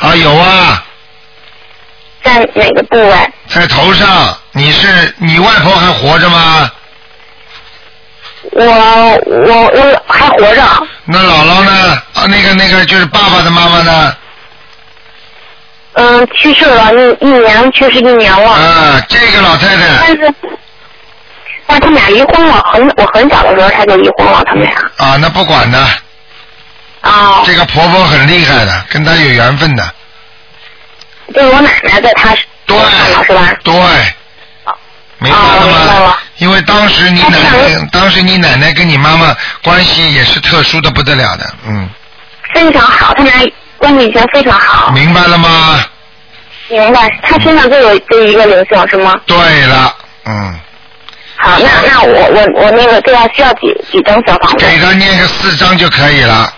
Speaker 1: 啊有啊，
Speaker 4: 在哪个部位？
Speaker 1: 在头上，你是你外婆还活着吗？
Speaker 4: 我我我还活着。
Speaker 1: 那姥姥呢？啊，那个那个就是爸爸的妈妈呢？
Speaker 4: 嗯，去世了一一年，去世一年了。
Speaker 1: 啊，这个老太太。
Speaker 4: 但是，但他们俩离婚了，很我很小的时候他就离婚了，他们俩。
Speaker 1: 啊，那不管的。嗯
Speaker 4: 哦。
Speaker 1: 这个婆婆很厉害的，跟她有缘分的。
Speaker 4: 就是我奶奶在他
Speaker 1: 对
Speaker 4: 了是吧？
Speaker 1: 对。哦明白了吗？因为当时你奶奶，当时你奶奶跟你妈妈关系也是特殊的不得了的，嗯，
Speaker 4: 非常好，他们俩关系以前非常好。
Speaker 1: 明白了吗？
Speaker 4: 明白，他身上就有这一个灵性是吗？
Speaker 1: 对了，嗯，
Speaker 4: 好，那那我我我那个这要需要几几张小房子？
Speaker 1: 给她念个四张就可以了，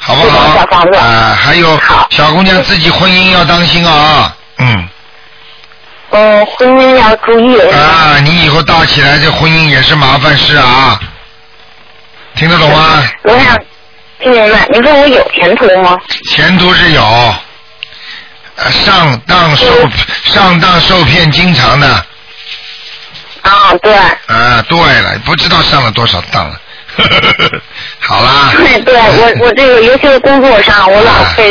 Speaker 1: 好不好？小
Speaker 4: 房
Speaker 1: 子啊，还有小姑娘自己婚姻要当心啊，嗯。
Speaker 4: 嗯，婚姻要注意。
Speaker 1: 啊，你以后大起来，这婚姻也是麻烦事啊，听得懂吗？
Speaker 4: 我想听明白，您说我有前途吗？
Speaker 1: 前途是有，呃上当 受上当受骗经常的。
Speaker 4: 啊，对。
Speaker 1: 啊，对了，不知道上了多少当了。 好啦，
Speaker 4: 对对，我我这个尤其是工作上，我老被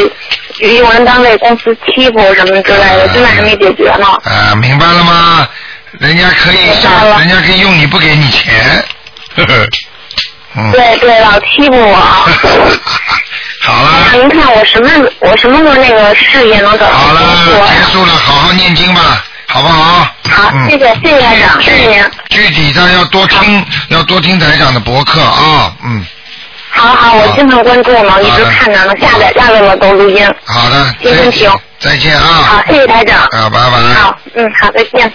Speaker 4: 用人单位、公司欺负什么之类的，现在还没解决呢。
Speaker 1: 啊，明白了吗？人家可以上，人家可以用你不给你钱。 呵呵，嗯，
Speaker 4: 对对，老欺负我。 好
Speaker 1: 了。
Speaker 4: 您看我什么我什么时候那个事业能找到工作
Speaker 1: 结束了，好好念经吧，好不好？嗯
Speaker 4: 好，谢谢谢谢台长，谢谢您。
Speaker 1: 具体的要多听，要多听台长的博客啊，嗯，
Speaker 4: 好好，我经常关注呢，一直看着呢，下载下来了都录音，
Speaker 1: 好的，
Speaker 4: 天天听。
Speaker 1: 再见啊。
Speaker 4: 好，谢谢台长。
Speaker 1: 啊，拜拜。
Speaker 4: 好，嗯，好，再见。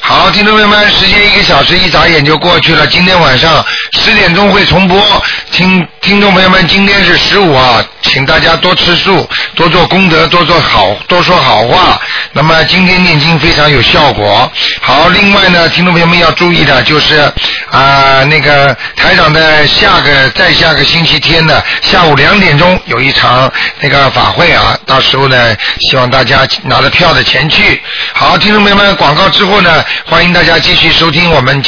Speaker 1: 好，听众朋友们，时间一个小时一眨眼就过去了。今天晚上十点钟会重播，听听众朋友们，今天是十五啊，请大家多吃素，多做功德，多做好，多说好话。那么今天念经非常有效果。好，另外呢，听众朋友们要注意的就是啊、那个台长在下个在下个星期天呢，下午两点钟有一场那个法会啊，到时候呢，希望大家拿着票的钱去。好，听众朋友们，广告之后呢，欢迎大家继续收听我们今。